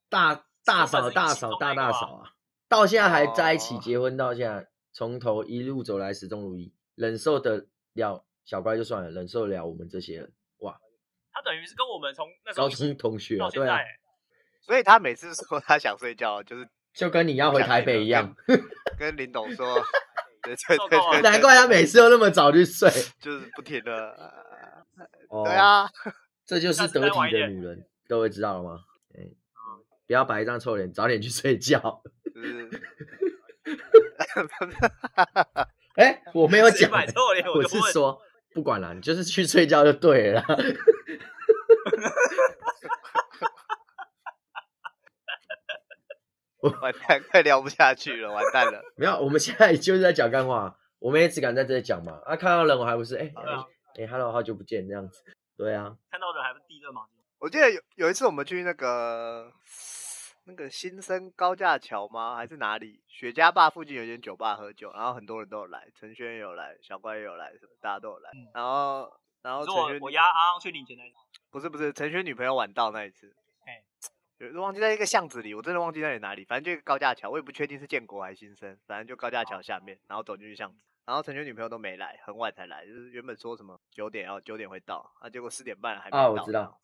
Speaker 3: 大
Speaker 2: 本
Speaker 3: 大嫂
Speaker 2: 身
Speaker 3: 大
Speaker 2: 一起
Speaker 3: 嫂
Speaker 2: 动
Speaker 3: 大
Speaker 2: 那个
Speaker 3: 大
Speaker 2: 吧
Speaker 3: 嫂啊，到现在还在一起
Speaker 1: 哦
Speaker 3: 结婚到现在，从头一路走来始终如一，忍受得了小乖就算了，忍受得了我们这些人，
Speaker 2: 他等于是跟我们从那时候
Speaker 3: 高
Speaker 2: 一起
Speaker 3: 中同学、啊，
Speaker 2: 到现
Speaker 3: 对
Speaker 2: 在、
Speaker 3: 啊，
Speaker 2: 欸
Speaker 1: 所以他每次说他想睡觉， 就是
Speaker 3: 就跟你要回台北一样，
Speaker 1: 跟林董 说，对对
Speaker 2: 受
Speaker 1: 对
Speaker 2: 够了
Speaker 1: 对，
Speaker 3: 难怪他每次都那么早就睡。
Speaker 1: 就是不停的。
Speaker 3: 哦
Speaker 1: 对，啊，
Speaker 3: 这就是
Speaker 2: 下次
Speaker 3: 得
Speaker 2: 再晚
Speaker 3: 体
Speaker 2: 一
Speaker 3: 的
Speaker 2: 点
Speaker 3: 女人，各位知道了吗？嗯，不要摆一张臭脸，早点去睡觉。
Speaker 1: 就是
Speaker 3: 哎，我没有
Speaker 2: 谁
Speaker 3: 讲，
Speaker 2: 买错脸，
Speaker 3: 我
Speaker 2: 就是问。
Speaker 3: 说，不管了，你就是去睡觉就对了啦。
Speaker 1: 完蛋，快聊不下去了，完蛋了。
Speaker 3: 没有，我们现在就是在讲干话，我们也只敢在这里讲嘛。啊，看到人我还不是哎
Speaker 2: 对啊
Speaker 3: 哎哎，hello，好久不见这样子。对啊，
Speaker 2: 看到人还不递热毛巾，
Speaker 1: 我记得有有一次我们去那个那个新生高架桥吗？还是哪里？雪茄坝附近有一间酒吧喝酒，然后很多人都有来，陈轩也有来，小怪也有来，什么大家都有来
Speaker 2: 嗯。
Speaker 1: 然后然后
Speaker 2: 可是
Speaker 1: 陈
Speaker 2: 我
Speaker 1: 轩
Speaker 2: 我压阿昂去领钱那一次，
Speaker 1: 不是不是陈轩女朋友晚到那一次
Speaker 2: 嘿，
Speaker 1: 有忘记在一个巷子里，我真的忘记在哪里，反正就一个高架桥，我也不确定是建国还是新生，反正就高架
Speaker 3: 哦
Speaker 1: 桥下面，然后走进去巷子，然后陈轩女朋友都没来，很晚才来，就是原本说什么九点要九点会到，啊，结果四点半了还没到。
Speaker 3: 啊，我知道，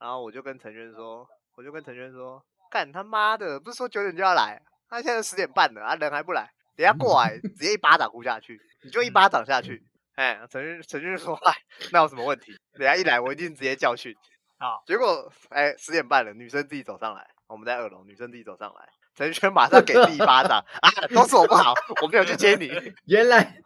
Speaker 1: 然后我就跟陈轩说，我就跟陈轩说，干他妈的，不是说九点就要来，他现在十点半了，啊人还不来，等一下过 来直接一巴掌呼下去，你就一巴掌下
Speaker 3: 嗯
Speaker 1: 去。哎，陈轩陈轩说，哎，那有什么问题？等一下一来我一定直接教训。
Speaker 2: 好，
Speaker 1: 结果哎十点半了，女生自己走上来，我们在二楼，女生自己走上来。陈轩马上给自己一巴掌啊！都是我不好，我没有去接你。
Speaker 3: 原来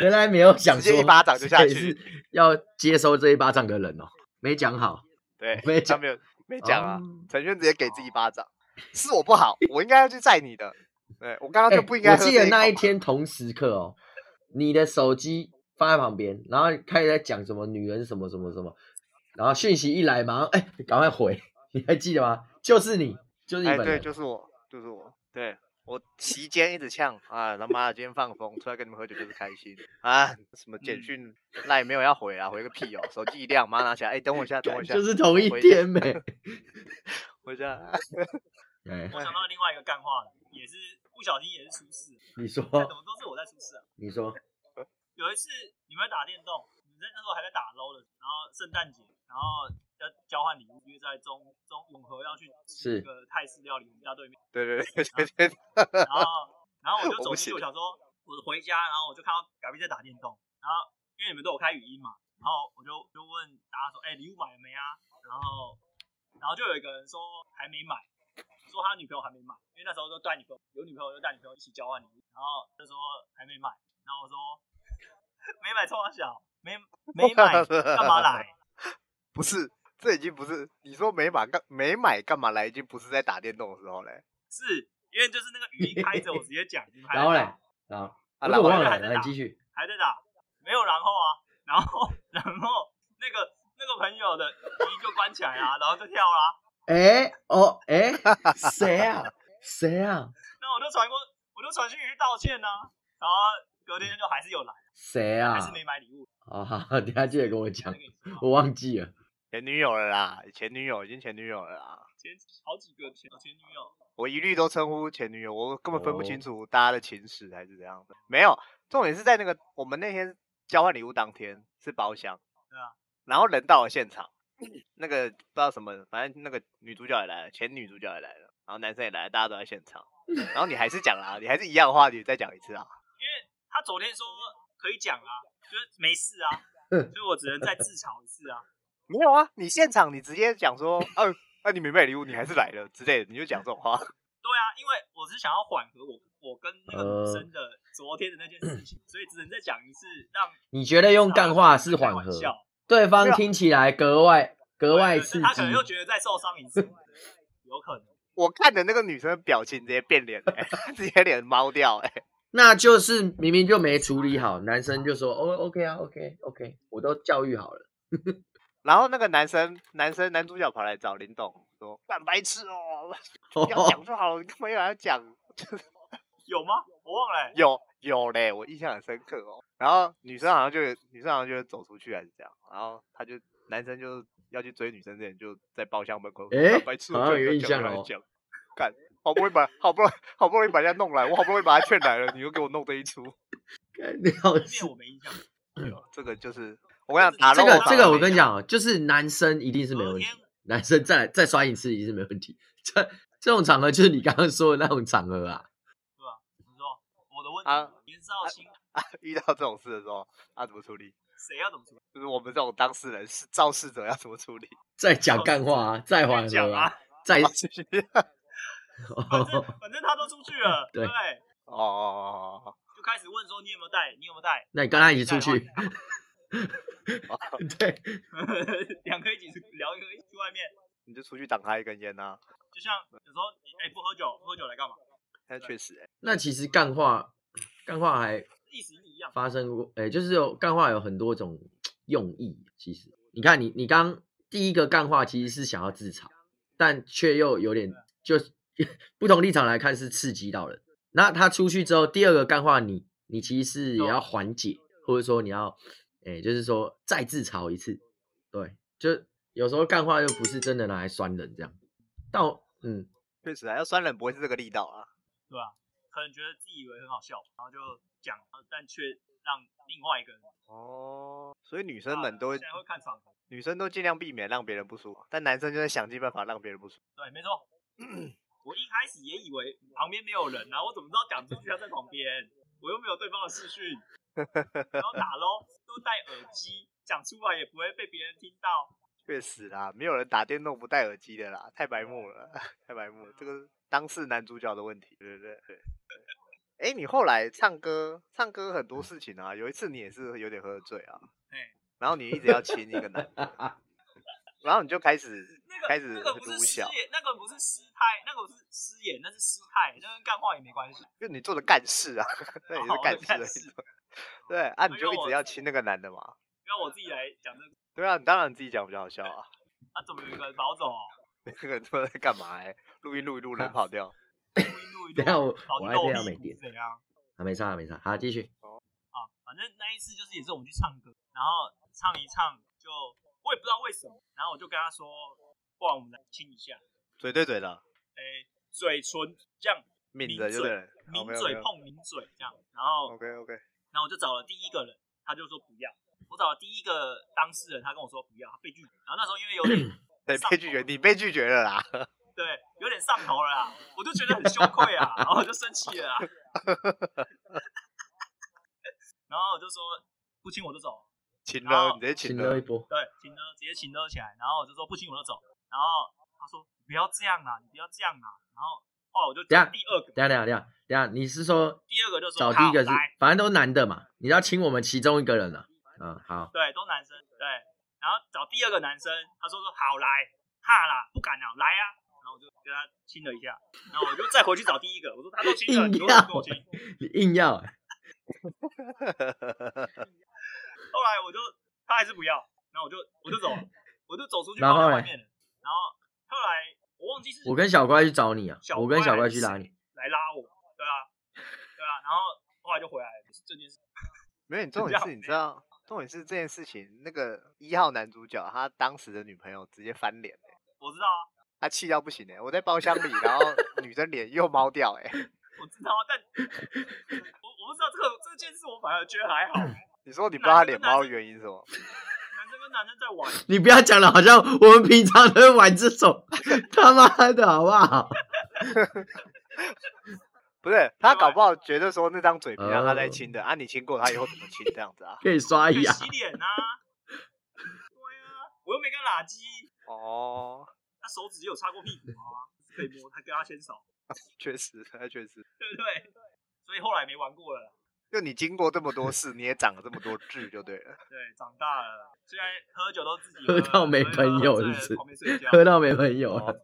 Speaker 3: 原来没有 想
Speaker 1: 直接
Speaker 3: 说
Speaker 1: 一巴掌就下去
Speaker 3: 这也是要接收这一巴掌的人哦，没讲好。
Speaker 1: 对，
Speaker 3: 没
Speaker 1: 他
Speaker 3: 讲
Speaker 1: 没有没讲啊。
Speaker 3: 哦
Speaker 1: 陈轩直接给自己一巴掌，是我不好，我应该要去载你的。对我刚刚就
Speaker 3: 哎
Speaker 1: 不应该、
Speaker 3: 我
Speaker 1: 喝
Speaker 3: 记
Speaker 1: 这
Speaker 3: 得那
Speaker 1: 口
Speaker 3: 一天同时刻哦，你的手机放在旁边，然后开始在讲什么女人什么什么什么，然后讯息一来，马上哎，赶快回，你还记得吗？就是你，就是你
Speaker 1: 哎，
Speaker 3: 本
Speaker 1: 对，
Speaker 3: 人。
Speaker 1: 就是我，就是我，对我期间一直呛啊，他妈的，今天放风，出来跟你们喝酒就是开心啊，什么简
Speaker 2: 嗯
Speaker 1: 讯赖没有要回啊，回个屁哦，手机一亮，马上拿起来，哎，等我一下，等我一下，
Speaker 3: 就是同一
Speaker 1: 回
Speaker 3: 天呗、
Speaker 1: 我一下，
Speaker 3: 哎，
Speaker 2: 我想到另外一个干话，也是不小心也是出事，
Speaker 3: 你说，
Speaker 2: 怎么都是我在出事啊？
Speaker 3: 你说，
Speaker 2: 有一次你们在打电动，你们在那时候还在打 LO 的，然后圣诞节，然后要交换礼物，约在中中永和要去吃
Speaker 3: 是
Speaker 2: 那个泰式料理，我们家对面。
Speaker 1: 对对对
Speaker 2: 啊
Speaker 1: 对对，对
Speaker 2: 然后然后我就
Speaker 1: 我
Speaker 2: 走
Speaker 1: 不
Speaker 2: 进
Speaker 1: 行
Speaker 2: 去，我想说我回家，然后我就看到隔壁在打电动，然后因为你们都有开语音嘛，然后我就就问大家说，哎、礼物买了没啊？然后然后就有一个人说还没买，说他女朋友还没买，因为那时候都带女朋友，有女朋友就带女朋友一起交换礼物，然后就说还没买，然后我说没买冲啊小，没没买干嘛来？
Speaker 1: 不是，这已经不是你说没买干没买干嘛来，已经不是在打电动的时候嘞，
Speaker 2: 是因为就是那个语音开着，我直接讲，你们还在
Speaker 3: 然后
Speaker 2: 打
Speaker 3: 嘞，然后，
Speaker 1: 啊
Speaker 3: 不
Speaker 1: 然
Speaker 3: 是
Speaker 1: 后
Speaker 3: 我
Speaker 1: 嘞
Speaker 3: 忘了，
Speaker 2: 还在
Speaker 3: 来你
Speaker 2: 打
Speaker 3: 继续。
Speaker 2: 还在打，没有然后啊，然后 然后那个那个朋友的语音就关起来啊， 然后就跳啦、
Speaker 3: 哎，哦，哎，谁啊？谁啊？
Speaker 2: 那我就传过，我就传讯息去道歉呐、然后隔天就还是有来，
Speaker 3: 谁啊
Speaker 2: 还？是没买礼物。
Speaker 3: 哦，好，好等一下记得跟我讲
Speaker 2: 那，个也是
Speaker 3: 我忘记了。
Speaker 1: 前女友了啦，前女友已经前女友了啦，
Speaker 2: 前好几个前前女友，
Speaker 1: 我一律都称呼前女友，我根本分不
Speaker 2: 哦
Speaker 1: 清楚大家的情史还是怎样的。没有，重点是在那个我们那天交换礼物当天是包厢，
Speaker 2: 对啊，
Speaker 1: 然后人到了现场，那个不知道什么，反正那个女主角也来了，前女主角也来了，然后男生也来了，大家都在现 场，然后你还是讲啦，你还是一样的话题再讲一次啊。
Speaker 2: 因为他昨天说可以讲啊，就是没事啊，
Speaker 3: 嗯
Speaker 2: 所以我只能再自嘲一次啊。
Speaker 1: 没有啊，你现场你直接讲说，哦、那、你没买礼物，你还是来了之类的，你就讲这种话。
Speaker 2: 对啊，因为我是想要缓和我我跟那个
Speaker 3: 呃
Speaker 2: 女生的昨天的那件事情，所以只能再讲一次，让
Speaker 3: 你觉得用干话是
Speaker 2: 开
Speaker 3: 缓
Speaker 2: 玩
Speaker 3: 和，
Speaker 2: 笑
Speaker 3: 对
Speaker 1: 对
Speaker 3: 方
Speaker 1: 啊
Speaker 3: 听起来格外格
Speaker 2: 对
Speaker 3: 外
Speaker 2: 对
Speaker 3: 刺
Speaker 2: 他可能又
Speaker 3: 激。
Speaker 2: 觉得再受伤一 次，有可能。
Speaker 1: 我看的那个女生的表情直接变脸、欸， 直接脸猫掉、欸，哎，
Speaker 3: 那就是明明就没处理好，男生就说哦 OK 啊 OK OK，我都教育好了。
Speaker 1: 然后那个男生，男生男主角跑来找林董说：“干白痴哦，要讲就好了，你干嘛又来讲
Speaker 2: 有吗？我忘了、欸？”。
Speaker 1: 有有嘞，我印象很深刻哦。然后女生好像就有女生好像就走出去还是这样，然后他就男生就要去追女生之前就在包厢门口，
Speaker 3: 诶
Speaker 1: 干白痴哦，
Speaker 3: 好像有印
Speaker 1: 讲
Speaker 3: 象
Speaker 1: 来
Speaker 3: 哦
Speaker 1: 讲，干，好不容易把好不容易好不容易把人家弄来，我好不容易把他劝来了，你又给我弄这一出，
Speaker 3: 干你好
Speaker 2: 前面我没印象，
Speaker 1: 这个就是我跟你
Speaker 2: 这
Speaker 1: 讲，打啊
Speaker 3: 这
Speaker 1: 到
Speaker 3: 个
Speaker 1: 我
Speaker 3: 这
Speaker 1: 反而
Speaker 3: 个我
Speaker 1: 没
Speaker 3: 跟你讲哦，就是男生一定是没
Speaker 2: 昨
Speaker 3: 问题
Speaker 2: 天，
Speaker 3: 男生再来再刷一次一定是没问题。这这种场合就是你刚刚说的那种场合啊，
Speaker 2: 你说我的问
Speaker 1: 啊
Speaker 2: 题，年少轻，
Speaker 1: 遇到这种事的时候，他怎么处理？
Speaker 2: 谁要怎么 说？
Speaker 1: 就是我们这种当事人是肇事者要怎么处理？
Speaker 3: 再讲干话啊， 再缓
Speaker 2: 讲
Speaker 3: 和
Speaker 2: 啊，，
Speaker 3: 再
Speaker 1: 啊继续
Speaker 2: 反正反正他都出去了，
Speaker 3: 对
Speaker 2: 对，
Speaker 1: 哦哦哦哦哦，
Speaker 2: 就开始问说你有没有带，你有没有带？
Speaker 3: 那你跟他一起出去，
Speaker 1: 哦
Speaker 3: 对，
Speaker 2: 两个一起聊一个，一起去外面。
Speaker 1: 你就出去挡他一根烟呐、啊。
Speaker 2: 就像有时候你哎、不喝酒，不喝酒来干嘛？
Speaker 1: 但确实、欸，
Speaker 3: 那其实干话干话还
Speaker 2: 意思一样，
Speaker 3: 发生过，哎、就是有干话有很多种用意。其实你看你，你刚第一个干话其实是想要自嘲，但却又有点就 不同立场来看是刺激到人。那他出去之后，第二个干话你你其实是也要缓解，或者说你要，哎、就是说再自嘲一次。对，就有时候干话又不是真的拿来酸人这样。但我嗯，
Speaker 1: 确实啊，要酸人不会是这个力道啊。
Speaker 2: 对吧、可能觉得自己以为很好笑，然后就讲，但却让另外一个人啊
Speaker 1: 哦，所以女生们都会
Speaker 2: 现，在会看场合，
Speaker 1: 女生都尽量避免让别人不舒服，但男生就在想尽办法让别人不舒服。
Speaker 2: 对，没 错。我一开始也以为旁边没有人啊，我怎么知道讲出去他在旁边？我又没有对方的视讯，然后打咯，都戴耳机，讲出来也不会被别人听到。
Speaker 1: 确实啦，没有人打电动不戴耳机的啦，太白目了， 太白目了，这个是当事男主角的问题，对不对？对。哎，你后来唱歌，唱歌很
Speaker 2: 嗯
Speaker 1: 多事情啊。有一次你也是有点喝醉啊，
Speaker 2: 哎
Speaker 1: 然后你一直要亲一个男的，
Speaker 3: 啊
Speaker 1: 然后你就开始
Speaker 2: 那个
Speaker 1: 开始
Speaker 2: 那个不
Speaker 1: 撸
Speaker 2: 是失
Speaker 1: 小，
Speaker 2: 言，那个不是失态，那个不是失言，那是失态，那跟干话也没关系。
Speaker 1: 就你做的干事啊， 那也
Speaker 2: 好
Speaker 1: 是
Speaker 2: 我
Speaker 1: 干
Speaker 2: 的
Speaker 1: 事
Speaker 2: 哦干
Speaker 1: 而
Speaker 2: 事
Speaker 1: 已。对啊，你
Speaker 2: 哎
Speaker 1: 就
Speaker 2: 呦
Speaker 1: 一
Speaker 2: 我
Speaker 1: 直要亲那个男的嘛。
Speaker 2: 让我自己来讲这个，
Speaker 1: 对啊，你当然自己讲比较好笑啊。
Speaker 2: 啊，怎么有一个人跑走？
Speaker 1: 那个人不知道在干嘛哎，录一录一录人 跑掉。
Speaker 2: 录一录一录
Speaker 3: 等一下我
Speaker 2: 跑去
Speaker 3: 我还
Speaker 2: 露
Speaker 3: 这样
Speaker 2: 屁
Speaker 3: 没
Speaker 2: 股
Speaker 3: 电
Speaker 2: 怎样？
Speaker 3: 啊没差没差，好继续。
Speaker 2: 啊，反正那一次就是也是我们去唱歌，然后唱一唱就我也不知道为什么，然后我就跟他说，不然我们来亲一下，
Speaker 1: 嘴对嘴的，
Speaker 2: 哎、嘴唇这样
Speaker 1: 抿
Speaker 2: 抿
Speaker 1: 着就
Speaker 2: 嘴
Speaker 1: 对了。
Speaker 2: 抿嘴碰抿嘴这样，然后
Speaker 1: OK OK。
Speaker 2: 然后我就找了第一个人，他就说不要，我找了第一个当事人，他跟我说不要，他被拒绝，然后那时候因为有 点
Speaker 1: 对，
Speaker 2: 上
Speaker 1: 被拒绝，
Speaker 2: 头
Speaker 1: 你被拒绝了 啦。
Speaker 2: 对有点上头了啦，我就觉得很羞愧啊，然后我就生气了啦。 然后我就说不亲我就走，
Speaker 1: 请
Speaker 2: 然
Speaker 1: 了，
Speaker 2: 后
Speaker 1: 你直接
Speaker 3: 亲
Speaker 1: 请
Speaker 3: 了
Speaker 1: 了
Speaker 3: 一。波，
Speaker 2: 对，请了直接请了起来，然后我就说不亲我就走，然后他说不要这样啦，你不要这样啦，然后后来我就
Speaker 3: 等
Speaker 2: 找
Speaker 3: 下
Speaker 2: 第二个，
Speaker 3: 等一下等一下等一下等一下，你是说
Speaker 2: 第二个就说
Speaker 3: 找第一个是
Speaker 2: 好来，
Speaker 3: 反正都男的嘛，你要请我们其中一个人啊。嗯， 好，
Speaker 2: 对，都男生，对，然后找第二个男生，他说说好来，怕啦，不敢了，来啊，然后我就跟他亲了一下，然后我就再回去找第一个，我说他都亲了，
Speaker 3: 硬
Speaker 2: 你为什么不跟
Speaker 3: 要
Speaker 2: 我亲？
Speaker 3: 你硬要 欸，
Speaker 2: 后来我就他还是不要，然后我就我就走了，我就走出去
Speaker 3: 然后
Speaker 2: 放在外
Speaker 3: 嘞
Speaker 2: 面了。然后后来我忘记是
Speaker 3: 我跟小乖去找你啊，
Speaker 2: 小
Speaker 3: 我跟小乖
Speaker 2: 还
Speaker 3: 去
Speaker 2: 是
Speaker 3: 拉
Speaker 2: 谁
Speaker 3: 你，
Speaker 2: 来拉我，对啊，对啊，然后后来就回来了，这件事
Speaker 1: 没有，你重点是，你知道，重点是这件事情，那个一号男主角他当时的女朋友直接翻脸、欸，
Speaker 2: 我知道啊，
Speaker 1: 他气到不行哎、我在包厢里，然后女生脸又猫掉哎、
Speaker 2: 我知道啊，但 我我不知道这个这件事，我反而觉得还好。
Speaker 1: 你说你不知道他脸猫的原因是什么？
Speaker 2: 男生跟男生在玩，
Speaker 3: 你不要讲了，好像我们平常都会玩这 种，他妈的好不好？
Speaker 1: 不是，他搞不好觉得说那张嘴平常他在亲的、啊，你亲过他以后怎么亲这样子 啊？
Speaker 3: 可以刷
Speaker 2: 可
Speaker 3: 牙
Speaker 2: 以，洗脸啊。对啊，我又没跟他拉鸡，
Speaker 1: 哦，
Speaker 2: 他手指也有擦过屁股啊，可以摸，他跟他牵手，
Speaker 1: 确实，哎确实，
Speaker 2: 对不对？所以后来没玩过了啦。
Speaker 1: 就你经过这么多事，你也长了这么多痣，就对了。
Speaker 2: 对，长大了啦，虽然喝酒都自己
Speaker 3: 喝到没朋友
Speaker 2: 喝
Speaker 3: 是不是
Speaker 2: 醉了旁边睡觉
Speaker 3: 喝到没朋
Speaker 2: 哦
Speaker 3: 友了，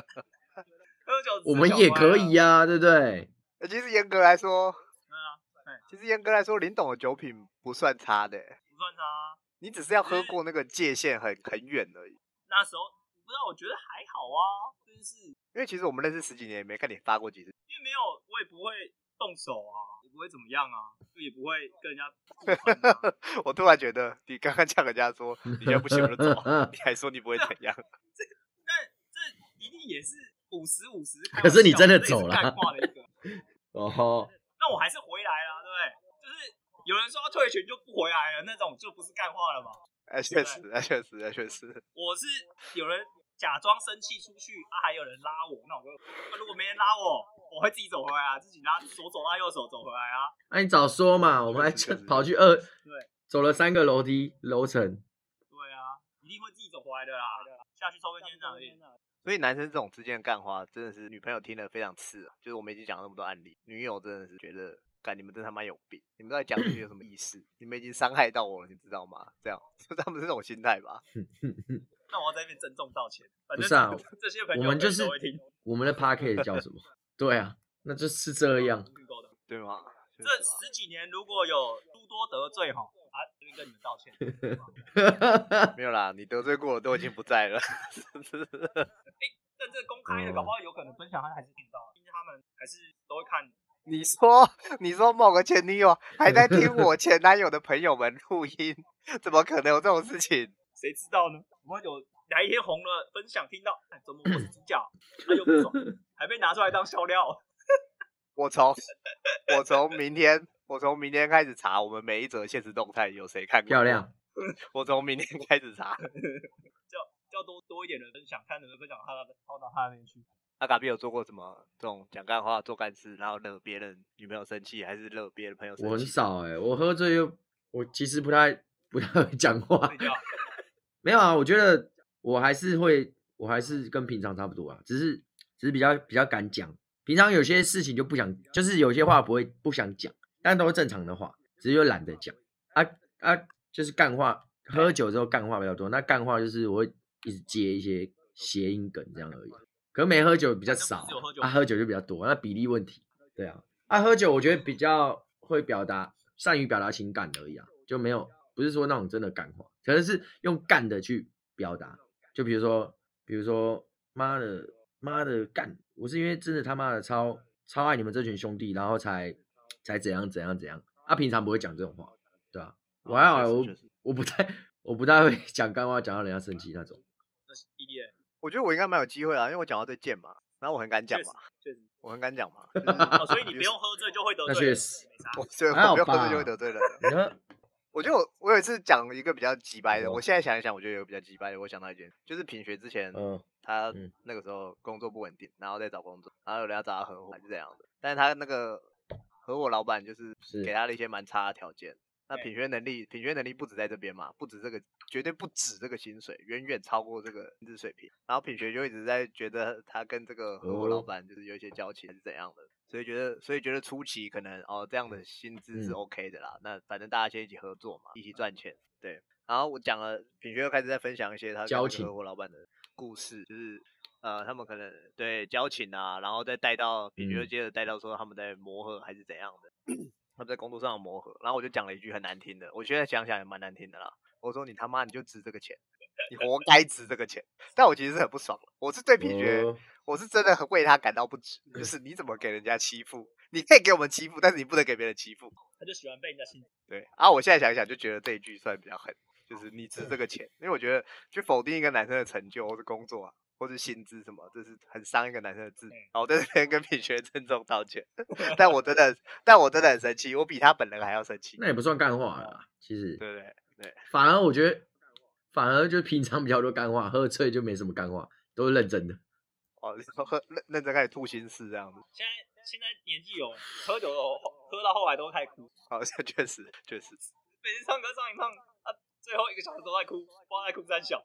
Speaker 2: 喝酒只是
Speaker 3: 我们也
Speaker 2: 小啊
Speaker 3: 可
Speaker 2: 乖
Speaker 3: 以啊呀、对不对？
Speaker 1: 呃其实严格来说，
Speaker 2: 啊，对啊，
Speaker 1: 其实严格来说，林董的酒品不算差的、欸，
Speaker 2: 不算差啊。
Speaker 1: 你只是要喝过那个界限很很远而已。
Speaker 2: 那时候不知道，我觉得还好啊，真是
Speaker 1: 因为其实我们认识十几年，也没看你发过几次。
Speaker 2: 因为没有，我也不会动手啊，也不会怎么样啊，就也不会跟人家互喷啊、
Speaker 1: 我突然觉得，你刚刚呛人家说你觉得不行我就走， 你还说你不会怎样，
Speaker 2: 但这一定也是五十五十。
Speaker 3: 可是你真的走
Speaker 2: 了，
Speaker 3: 了
Speaker 2: 这也是干话的一个。
Speaker 3: 哦，
Speaker 2: 那我还是回来了，对不对？就是有人说要退群就不回来了，那种就不是干话了嘛。
Speaker 1: 哎，确实，哎，确实，哎，确实，
Speaker 2: 我是有人假装生气出去啊，还有人拉我，那我就、啊如果没人拉我，我会自己走回来啊，自己拉左手拉右手走回来啊。
Speaker 3: 那、你早说嘛，我们还
Speaker 1: 确实
Speaker 3: 跑去二，走了三个楼梯楼层，
Speaker 2: 对啊，一定会自己走回来的啦，下去抽根烟而已。
Speaker 1: 所以男生这种之间的干话，真的是女朋友听了非常刺耳。就是我们已经讲了那么多案例，女友真的是觉得，干你们真他妈有病，你们到底讲出去有什么意思？你们已经伤害到我了，你知道吗？这样， 就他们这种心态吧。
Speaker 2: 那我要在那边郑重道歉。反
Speaker 3: 不
Speaker 2: 正
Speaker 3: 是啊
Speaker 2: 这些朋友
Speaker 3: 我们就是
Speaker 2: 都会听
Speaker 3: 我们的 p a r k e t 叫什么？ 对啊，那就是这 样。
Speaker 2: 预购的。
Speaker 1: 对吗？确
Speaker 2: 这
Speaker 1: 实啊
Speaker 2: 十几年如果有诸多得罪哈，啊，这边跟你们道歉。
Speaker 1: 没有啦，你得罪过我都已经不在了。
Speaker 2: 但这公开的，
Speaker 3: 嗯
Speaker 2: 搞不好有可能分享，他还是听到，因为他们还是都会看。
Speaker 1: 你说，你说某个前女友还在听我前男友的朋友们录音，怎么可能有这种事情？
Speaker 2: 谁知道呢？我们有哪一天红了，分享听到，哎怎么我是主 角，他又不爽，还被拿出来当笑料。
Speaker 1: 我从我从明天，我从明天开始查我们每一则现实动态有谁看过。
Speaker 3: 漂亮，
Speaker 1: 我从明天开始查。
Speaker 2: 要多多一点人分享，看能不能分享他的，抛到他那边去。
Speaker 1: 阿嘎比有做过什么这种讲干话、做干事，然后惹别人女朋友生气，还是惹别人朋友生气？
Speaker 3: 我很少哎、我喝醉又，我其实不太不太会讲话
Speaker 2: 睡。觉，
Speaker 3: 没有啊，我觉得我还是会，我还是跟平常差不多啊，只是只是比较比较敢讲。平常有些事情就不想，就是有些话不会不想讲，但都是正常的话，只是就懒得讲啊啊，就是干话。喝酒之后干话比较多，那干话就是我会一直接一些谐音梗这样而已。可没喝酒比较少
Speaker 2: 反正不是有喝酒
Speaker 3: 啊，啊喝酒就比较多，那比例问题。对啊，啊喝酒我觉得比较会表达，善于表达情感而已啊，就没有不是说那种真的干话，可能是用干的去表达，就比如说比如说妈的妈的干，我是因为真的他妈的超超爱你们这群兄弟，然后才才怎样怎样怎样，啊平常不会讲这种话，对啊，我还好啊，
Speaker 1: 哦确实
Speaker 3: 我
Speaker 1: 确实
Speaker 3: 我不太我不太会讲干话，讲到人家生气那种。
Speaker 2: 那是一点
Speaker 1: 我觉得我应该蛮有机会啊，因为我讲到最贱嘛，然后我很敢讲
Speaker 2: 确实
Speaker 1: 嘛，
Speaker 2: 确实。
Speaker 1: 我很敢讲嘛， 就是
Speaker 2: 哦，所以你不用喝醉就会得
Speaker 3: 那
Speaker 2: 罪人，
Speaker 3: 确实
Speaker 2: 没差。
Speaker 1: 我所以
Speaker 3: 还
Speaker 1: 我
Speaker 3: 好
Speaker 1: 不用喝醉就会
Speaker 3: 吧
Speaker 1: 得罪人。
Speaker 3: 你看，
Speaker 1: 我就我有一次讲一个比较鸡掰的，
Speaker 3: 哦
Speaker 1: 我现在想一想，我觉得有个比较鸡掰的，我想到一件，就是品学之前，
Speaker 3: 嗯，
Speaker 1: 他
Speaker 3: 嗯
Speaker 1: 那个时候工作不稳定，然后在找工作，然后有人要找他合伙，是这样的，但是他那个合伙老板就是
Speaker 3: 是哎
Speaker 1: 给他了一些蛮差的条件。那
Speaker 2: 对
Speaker 1: 品学能力，品学能力不止在这边嘛，不止这个，绝对不止这个薪水，远远超过这个薪资水平。然后品学就一直在觉得他跟这个合伙老
Speaker 3: 哦
Speaker 1: 板就是有一些交情还是怎样的，所以觉得，所以觉得初期可能哦这样的薪资是
Speaker 3: 嗯
Speaker 1: OK 的啦。那反正大家先一起合作嘛，一起赚钱，对。然后我讲了，品学又开始在分享一些他跟
Speaker 3: 交
Speaker 1: 那个
Speaker 3: 情
Speaker 1: 合伙老板的故事，就是呃，他们可能对交情啊，然后再带到品学又
Speaker 3: 嗯
Speaker 1: 接着带到说他们在磨合还是怎样的，他们在工作上的磨合。然后我就讲了一句很难听的，我现在想想也蛮难听的啦。我说你他妈你就值这个钱，你活该值这个钱。 但我其实是很不爽的，我是对品学
Speaker 3: 哦
Speaker 1: 我是真的很为他感到不值，就是你怎么给人家欺负？你可以给我们欺负，但是你不能给别人欺负。
Speaker 2: 他就喜欢被人家侵犯。
Speaker 1: 对啊，我现在想一想就觉得这一句算比较狠，就是你值这个钱，因为我觉得去否定一个男生的成就或是工作啊，或是薪资什么，这是很伤一个男生的自尊
Speaker 2: 对。
Speaker 1: 好，我在这边跟品学郑重道歉，但我真的，但我真的很生气，我比他本人还要生气，
Speaker 3: 那也不算干话了啦，其实
Speaker 1: 对不对？对，
Speaker 3: 反而我觉得，反而就平常比较多干话，喝醉就没什么干话，都是认真的。
Speaker 1: 哦，喝认认真开始吐心事这样子，
Speaker 2: 现在现在年纪有喝酒的，喝到后来都太哭，
Speaker 1: 好，这 确实确实，
Speaker 2: 每次唱歌唱一唱，啊，最后一个小时都在哭，不知道在哭三小。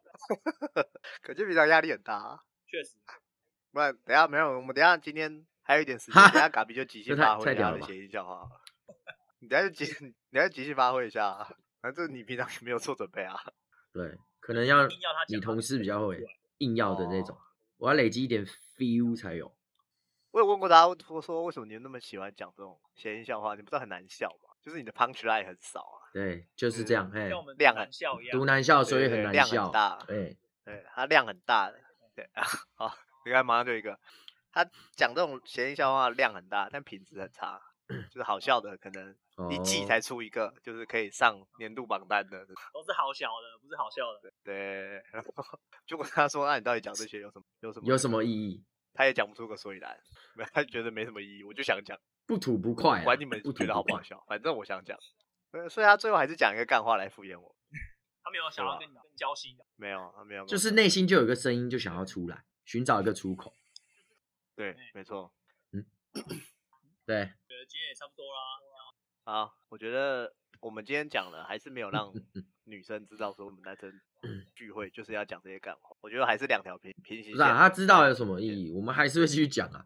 Speaker 1: 可见平常压力很大、啊。
Speaker 2: 确实，
Speaker 1: 不然等一下没有，我们等一下今天还有一点时间，
Speaker 3: 哈
Speaker 1: 等一下嘎比就即兴
Speaker 3: 这太
Speaker 1: 发挥
Speaker 3: 太
Speaker 1: 一下
Speaker 3: 屌
Speaker 1: 的
Speaker 3: 了吧
Speaker 1: 谐音笑话好了。你等一下就即，你等一下即兴发挥一下啊，反正你平常也没有做准备啊。
Speaker 3: 对，可能要
Speaker 2: 硬要他讲
Speaker 3: 你同事比较会
Speaker 2: 对
Speaker 3: 硬要的那种，
Speaker 1: 哦
Speaker 3: 我要累积一点 feel 才有。
Speaker 1: 我有问过他，我说为什么你那么喜欢讲这种谐音笑话？你不是很难笑吗？就是你的 punch line 很少啊，
Speaker 3: 对，就是这样。嘿
Speaker 2: 像，我们
Speaker 1: 量
Speaker 2: 男
Speaker 1: 很
Speaker 2: 校一样
Speaker 3: 读，难
Speaker 1: 对
Speaker 3: 笑，哦所以
Speaker 1: 对
Speaker 3: 很难
Speaker 1: 量
Speaker 3: 笑
Speaker 1: 很。大。
Speaker 3: 对，
Speaker 1: 对，它量很大的。对啊，好，你看马上就一个，他讲这种谐音笑话量很大，但品质很差，就是好笑的可能一季
Speaker 3: 哦
Speaker 1: 才出一个，就是可以上年度榜单的。
Speaker 2: 都是好小的，不是好笑的。
Speaker 1: 对， 然后就问他说：“啊那你到底讲这些有什么？有什么？
Speaker 3: 有什么意义？
Speaker 1: 他也讲不出个所以然，没 有他觉得没什么意义。我就想讲，
Speaker 3: 不吐不快啊。
Speaker 1: 管你们
Speaker 3: 不
Speaker 1: 觉
Speaker 3: 吐
Speaker 1: 得好不好
Speaker 3: 快？
Speaker 1: 笑，反正我想讲。对所以他最后还是讲一个干话来敷衍我。
Speaker 2: 他没有想
Speaker 1: 啊
Speaker 2: 要跟你跟你交心的，
Speaker 1: 没有，他没有跟我讲，
Speaker 3: 就是内心就有一个声音就想要出来，寻找一个出口。
Speaker 1: 对，没错。
Speaker 3: 对，
Speaker 2: 觉得今天也差不多啦。
Speaker 1: 好，我觉得我们今天讲了，还是
Speaker 3: 嗯
Speaker 1: 没有让女生知道说我们男生聚会就是要讲这些干话。我觉得还是两条平平行线。
Speaker 3: 不是啊，他知道有什么意义，我们还是会继续讲啊。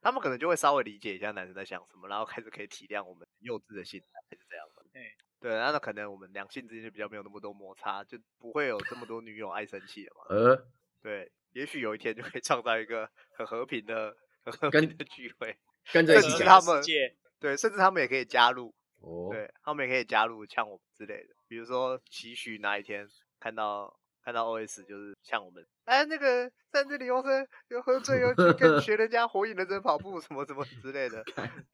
Speaker 1: 他们可能就会稍微理解一下男生在想什么，然后开始可以体谅我们幼稚的心态还是这样的。
Speaker 2: 对
Speaker 1: 对，那那可能我们两性之间就比较没有那么多摩擦，就不会有这么多女友爱生气了嘛。
Speaker 3: 呃，
Speaker 1: 对，也许有一天就可以创造一个很和平的、很和
Speaker 3: 跟
Speaker 1: 平的聚会。
Speaker 3: 跟着
Speaker 1: 这是
Speaker 3: 一起
Speaker 1: 其
Speaker 2: 这
Speaker 1: 实
Speaker 2: 个
Speaker 1: 他
Speaker 3: 讲。
Speaker 1: 们
Speaker 2: 世界
Speaker 1: 对，甚至他们也可以加入，
Speaker 3: 哦，
Speaker 1: 对 他们也可以加入像我们之类的，比如说期许哪一天看到看到 OS 就是像我们，哎，那个在这里又是又喝醉又去 跟学人家火影忍者跑步什么什么之类的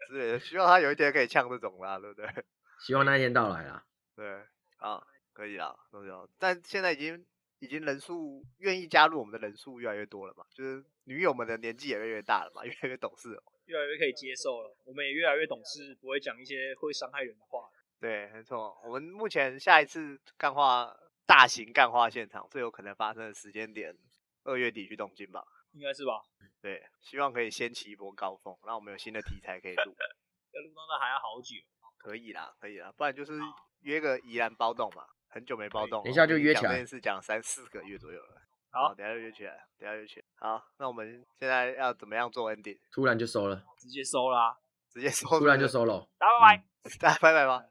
Speaker 1: 之类的，希望他有一天可以呛这种啦，对不对？
Speaker 3: 希望那一天到来啦。
Speaker 1: 对，啊，可以啦，都有，但现在已经已经人数愿意加入我们的人数越来越多了嘛，就是女友们的年纪也越来越大了嘛， 越来越懂事了嘛。
Speaker 2: 越来越可以接受了，我们也越来越懂事，不会讲一些会伤害人的话。
Speaker 1: 对，没错。我们目前下一次干化大型干化现场最有可能发生的时间点，二月底去东京吧。
Speaker 2: 应该是吧？
Speaker 1: 对，希望可以掀起一波高峰，让我们有新的题材可以录。
Speaker 2: 要录到那还要好久。
Speaker 1: 可以啦，可以啦，不然就是约个宜兰包栋嘛，很久没包
Speaker 2: 可以
Speaker 1: 栋了，
Speaker 3: 等一下
Speaker 1: 我
Speaker 3: 就
Speaker 1: 们已经
Speaker 3: 约
Speaker 1: 讲
Speaker 3: 起
Speaker 1: 这
Speaker 3: 来
Speaker 1: 件事讲三四个月左右了。
Speaker 2: 好，
Speaker 1: 等一下就约起来，等一下约起来。好，那我们现在要怎么样做 ending？
Speaker 3: 突然就收了，
Speaker 2: 直接收啦，
Speaker 1: 直接说，
Speaker 3: 突然就是收了。
Speaker 2: 大家拜拜。
Speaker 1: 大家拜拜吧。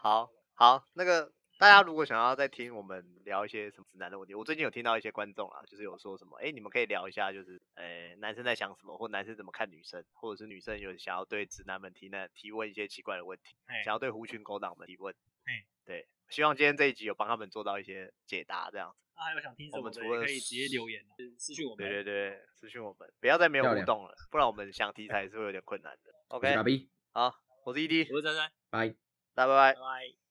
Speaker 1: 好好，那个大家如果想要再听我们聊一些什么直男的问题，我最近有听到一些观众啊，就是有说什么，哎、你们可以聊一下，就是呃，男生在想什么，或男生怎么看女生，或者是女生有想要对直男们提呢提问一些奇怪的问题，
Speaker 2: 哎
Speaker 1: 想要对狐群狗党们提问，
Speaker 2: 哎
Speaker 1: 对，希望今天这一集有帮他们做到一些解答，这样子。
Speaker 2: 啊那还有想听什
Speaker 1: 我
Speaker 2: 么
Speaker 1: 们
Speaker 2: 的，
Speaker 1: 除了
Speaker 2: 也可以直接留言啊私信我们。
Speaker 1: 对对对，私讯我们，不要再没有
Speaker 3: 漂
Speaker 1: 互
Speaker 3: 亮
Speaker 1: 动了，不然我们想题材是会有点困难的。
Speaker 3: 我是
Speaker 1: OK，
Speaker 3: 嘎比，
Speaker 1: 好，我是 ED，
Speaker 2: 我是珊珊，
Speaker 3: 拜。
Speaker 1: 大家拜拜
Speaker 2: 拜。拜。